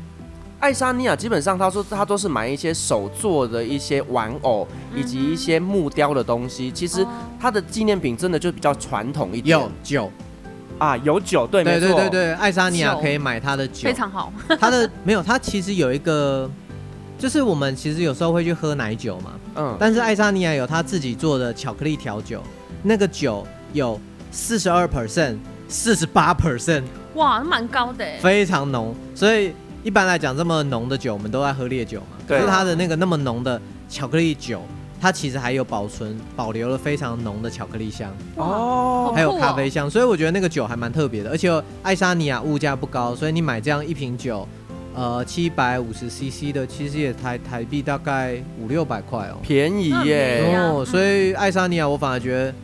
B: 爱沙尼亚基本上他说他都是买一些手做的一些玩偶以及一些木雕的东西，其实
C: 哦
B: 它的纪念品真的就比较传统一点。
D: 有酒，
B: 啊，有酒，对，
D: 对
B: 没
D: 哎对
B: 错，
D: 对对，爱沙尼亚
C: 酒
D: 可以买它的酒，
C: 非常好，
D: 它的没有，它其实有一个，就是我们其实有时候会去喝奶酒嘛，
B: 嗯，
D: 但是爱沙尼亚有他自己做的巧克力调酒，那个酒有四十二 percent、四十八 percent，
C: 哇，那蛮高的欸，
D: 非常浓，所以一般来讲这么浓的酒，我们都在喝烈酒嘛，可
B: 对
D: 是它的那个那么浓的巧克力酒。它其实还有保存保留了非常浓的巧克力香，
C: 哇，
B: 哦
C: 好
D: 还有
C: 酷哦
D: 咖啡香，所以我觉得那个酒还蛮特别的。而且爱沙尼亚物价不高，所以你买这样一瓶酒，呃，七百五十 CC 的，其实也台台币大概五六百块哦。
B: 便宜
C: 嗯
B: 耶、
C: 便宜啊
D: 哦，所以爱沙尼亚我反而觉得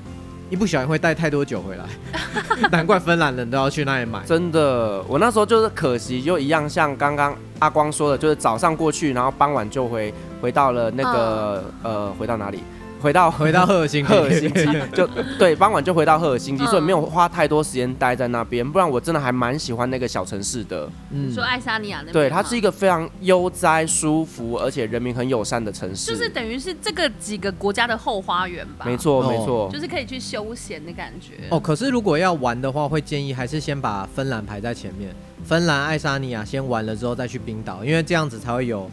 D: 一不小心会带太多酒回来，难怪芬兰人都要去那里买。
B: 真的，我那时候就是可惜，就一样像刚刚阿光说的，就是早上过去，然后傍晚就回回到了那个、呃，回到哪里？回到
D: 回到赫尔辛基，
B: 赫尔辛基，就 对，傍晚就回到赫尔辛基，
C: 嗯
B: 所以没有花太多时间待在那边，不然我真的还蛮喜欢那个小城市的。
D: 嗯
C: 说爱沙尼亚那边
B: 对，
C: 吗
B: 它是一个非常悠哉、舒服，而且人民很友善的城市。
C: 就是等于是这个几个国家的后花园吧，
B: 没，错，
D: 哦
B: 没错
C: 就。是可以去休闲的感觉。
D: 哦，可是如果要玩的话，会建议还是先把芬兰排在前面，芬兰、爱沙尼亚先玩了之后再去冰岛，因为这样子才会有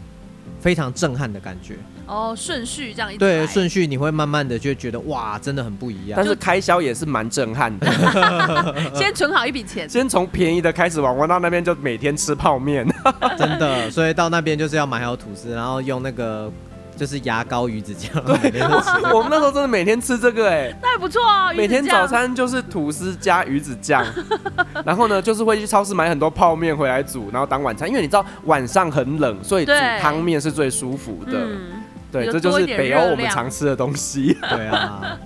D: 非常震撼的感觉。
C: 哦，顺序这样一直
D: 对
C: 来
D: 顺序，你会慢慢的就会觉得哇，真的很 不一样
B: 但。是开销也是蛮震撼的。
C: 先存好一笔钱，
B: 先从便宜的开始玩，玩到那边就每天吃泡面。
D: 真的，所以到那边就是要买好吐司，然后用那个就是牙膏、鱼子酱， 每天都吃这个
B: 我们那时候真的每天吃这个哎、
C: 那还不错哦。鱼子
B: 每天早
C: 酱
B: 餐就是吐司加鱼子酱，然后呢就是会去超市买很多泡面回来煮，然后当晚餐，因为你知道晚上很冷，所以煮
C: 对
B: 汤面是最舒服的。
C: 嗯，
B: 对，
C: 有
B: 这就
C: 多
B: 是
C: 一点
B: 北
C: 热
B: 欧我们
C: 量
B: 常吃的东西。
D: 对啊，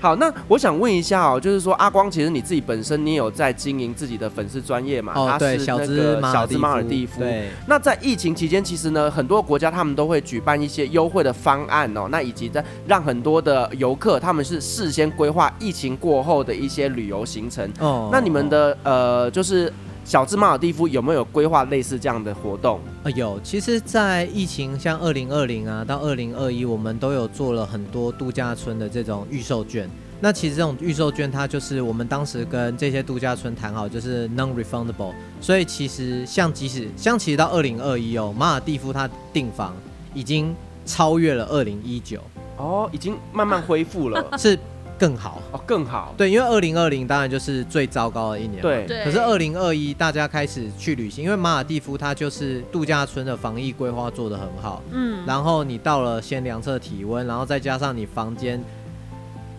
B: 好，那我想问一下哦，就是说阿光，其实你自己本身你也有在经营自己的粉丝专业嘛？
D: 哦
B: 他
D: 对，
B: 是
D: 小
B: 那
D: 资
B: 个小资马尔蒂夫。
D: 对，
B: 那在疫情期间，其实呢，很多国家他们都会举办一些优惠的方案哦，那以及在让很多的游客他们是事先规划疫情过后的一些旅游行程。
D: 哦
B: 那你们的呃，就是小资马尔蒂夫有没有规划类似这样的活动？
D: 呃，有，其实，在疫情像二零二零啊到二零二一，我们都有做了很多度假村的这种预售券。那其实这种预售券，它就是我们当时跟这些度假村谈好，就是 non-refundable。所以其实像即使像其实到二零二一哦，马尔蒂夫它订房已经超越了二零一九，，
B: 哦，已经慢慢恢复 了
D: 是更好。
B: 哦，更好。
D: 对，因为二零二零当然就是最糟糕的一年嘛。
B: 对啊
C: 对。
D: 可是二零二一大家开始去旅行，因为马尔蒂夫它就是度假村的防疫规划做得很好，
C: 嗯，
D: 然后你到了先量测体温，然后再加上你房间，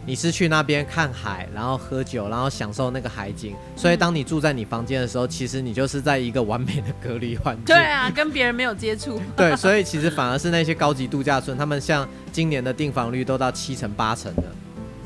D: 你是去那边看海，然后喝酒，然后享受那个海景，所以当你住在你房间的时候，其实你就是在一个完美的隔离环境
C: 对。啊，跟别人没有接触，
D: 对，所以其实反而是那些高级度假村，他们像今年的订房率都到七成八成的，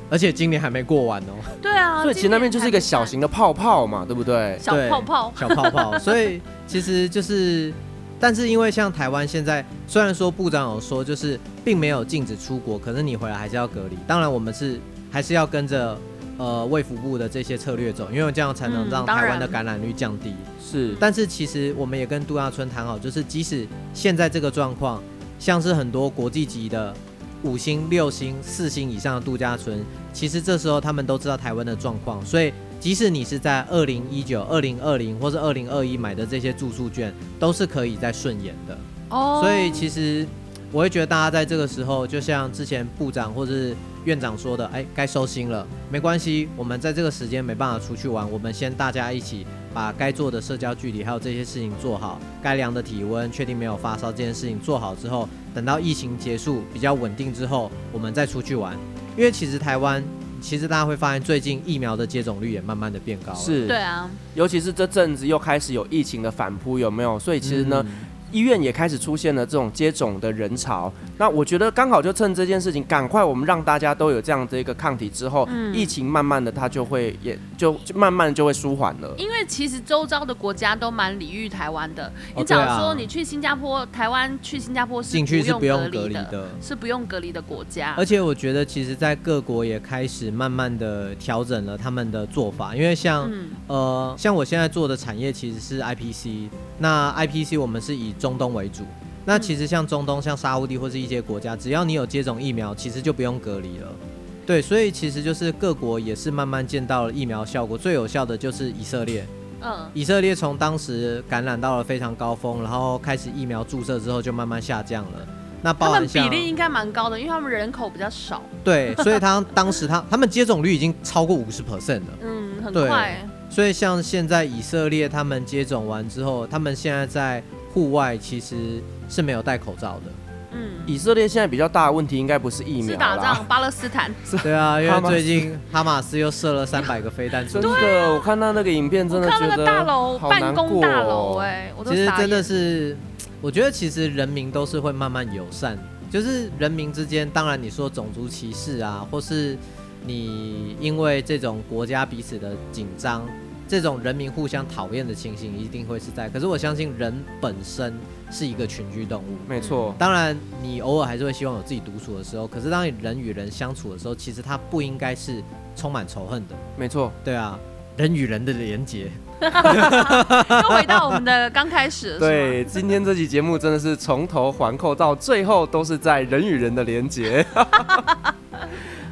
D: 而且今年还没过完哦。
C: 对啊，
B: 所以其实那边就是一个小
C: 型
B: 型的泡泡嘛，对不对？
C: 小
D: 对，
C: 泡泡
D: 小泡泡。所以其实就是，但是因为像台湾现在，虽然说部长有说就是并没有禁止出国，可是你回来还是要隔离。当然我们是还是要跟着呃卫福部的这些策略走，因为这样才能
C: 嗯
D: 让
C: 当
D: 台湾
C: 然
D: 的感染率降低。
B: 是
D: 但是其实我们也跟度假村谈好，就是即使现在这个状况，像是很多国际级的五星、六星、四星以上的度假村，其实这时候他们都知道台湾的状况，所以即使你是在二零一九、二零二零或是二零二一买的这些住宿券，都是可以在顺延的。
C: 哦，
D: 所以其实我会觉得大家在这个时候，就像之前部长或是院长说的，哎，该收心了，没关系，我们在这个时间没办法出去玩，我们先大家一起把该做的社交距离还有这些事情做好，该量的体温，确定没有发烧这件事情做好之后，等到疫情结束比较稳定之后，我们再出去玩，因为其实台湾。其实大家会发现，最近疫苗的接种率也慢慢的变高了。，
B: 是，
C: 对啊，
B: 尤其是这阵子又开始有疫情的反扑，有没有？所以其实呢，医院也开始出现了这种接种的人潮。那我觉得刚好就趁这件事情，赶快我们让大家都有这样的一个抗体之后，
C: 嗯
B: 疫情慢慢的它就会也就就慢慢就会舒缓了。
C: 因为其实周遭的国家都蛮礼遇台湾的。
D: 哦
C: 你假
D: 对啊
C: 如说你去新加坡，台湾去新加坡是
D: 进去是不用
C: 隔
D: 隔离
C: 的，
D: 的。
C: 是不用隔离的国家
D: 而。且我觉得，其实，在各国也开始慢慢的调整了他们的做法，因为像、
C: 嗯，
D: 呃，像我现在做的产业其实是 IPC，那 IPC 我们是以中东为主。那
C: 嗯
D: 其实像中东、像沙乌地或是一些国家，只要你有接种疫苗，其实就不用隔离了。对，所以其实就是各国也是慢慢见到了疫苗效果，最有效的就是以色列。
C: 嗯，
D: 以色列从当时感染到了非常高峰，然后开始疫苗注射之后就慢慢下降了。那包
C: 他
D: 含
C: 们
D: 像
C: 比例应该蛮高的，因为他们人口比较少，
D: 对，所以他当时他他们接种率已经超过五十 percent 了。
C: 嗯，很
D: 对
C: 快，
D: 所以像现在以色列他们接种完之后，他们现在在户外其实是没有戴口罩的。
C: 嗯，
B: 以色列现在比较大的问题应该不是疫
C: 是
B: 苗
C: 打
B: 啦，
C: 仗，巴勒斯坦，
D: 对啊，因
B: 哈
D: 为
B: 马斯
D: 最近哈马斯又射了三百个飞弹出
B: 真
D: 去，
B: 的， 我看到那个影片，真
C: 啊
B: 的
C: 我看
B: 觉
C: 到那个大楼
B: 得好难
C: 办公大楼，
B: 过哦。
C: 哎，我都
D: 其实
C: 傻
D: 真的
C: 眼
D: 是，我觉得其实人民都是会慢慢友善，就是人民之间，当然你说种族歧视啊，或是你因为这种国家彼此的紧张，这种人民互相讨厌的情形一定会是在。可是我相信人本身是一个群居动物。
B: 没错，
D: 当然，你偶尔还是会希望有自己独处的时候。可是，当你人与人相处的时候，其实它不应该是充满仇恨的。
B: 没错。
D: 对啊，人与人的连结，
C: 又回到我们的刚开始了，是 吗，
B: 对，今天这期节目真的是从头环扣到最后，都是在人与人的连结。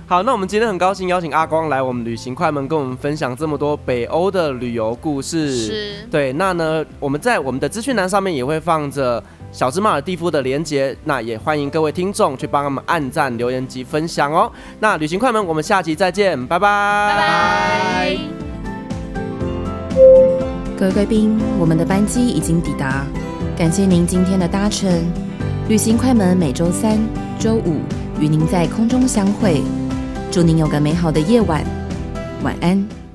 B: 好，那我们今天很高兴邀请阿光来我们旅行快门，跟我们分享这么多北欧的旅游故事。
C: 是
B: 对，那呢，我们在我们的资讯栏上面也会放着小芝麻尔蒂夫的连结，那也欢迎各位听众去帮他们按赞、留言及分享哦。那旅行快门，我们下集再见，拜拜，
C: 拜拜。
A: 各位贵宾，我们的班机已经抵达，感谢您今天的搭乘。旅行快门每周三、周五与您在空中相会，祝您有个美好的夜晚，晚安。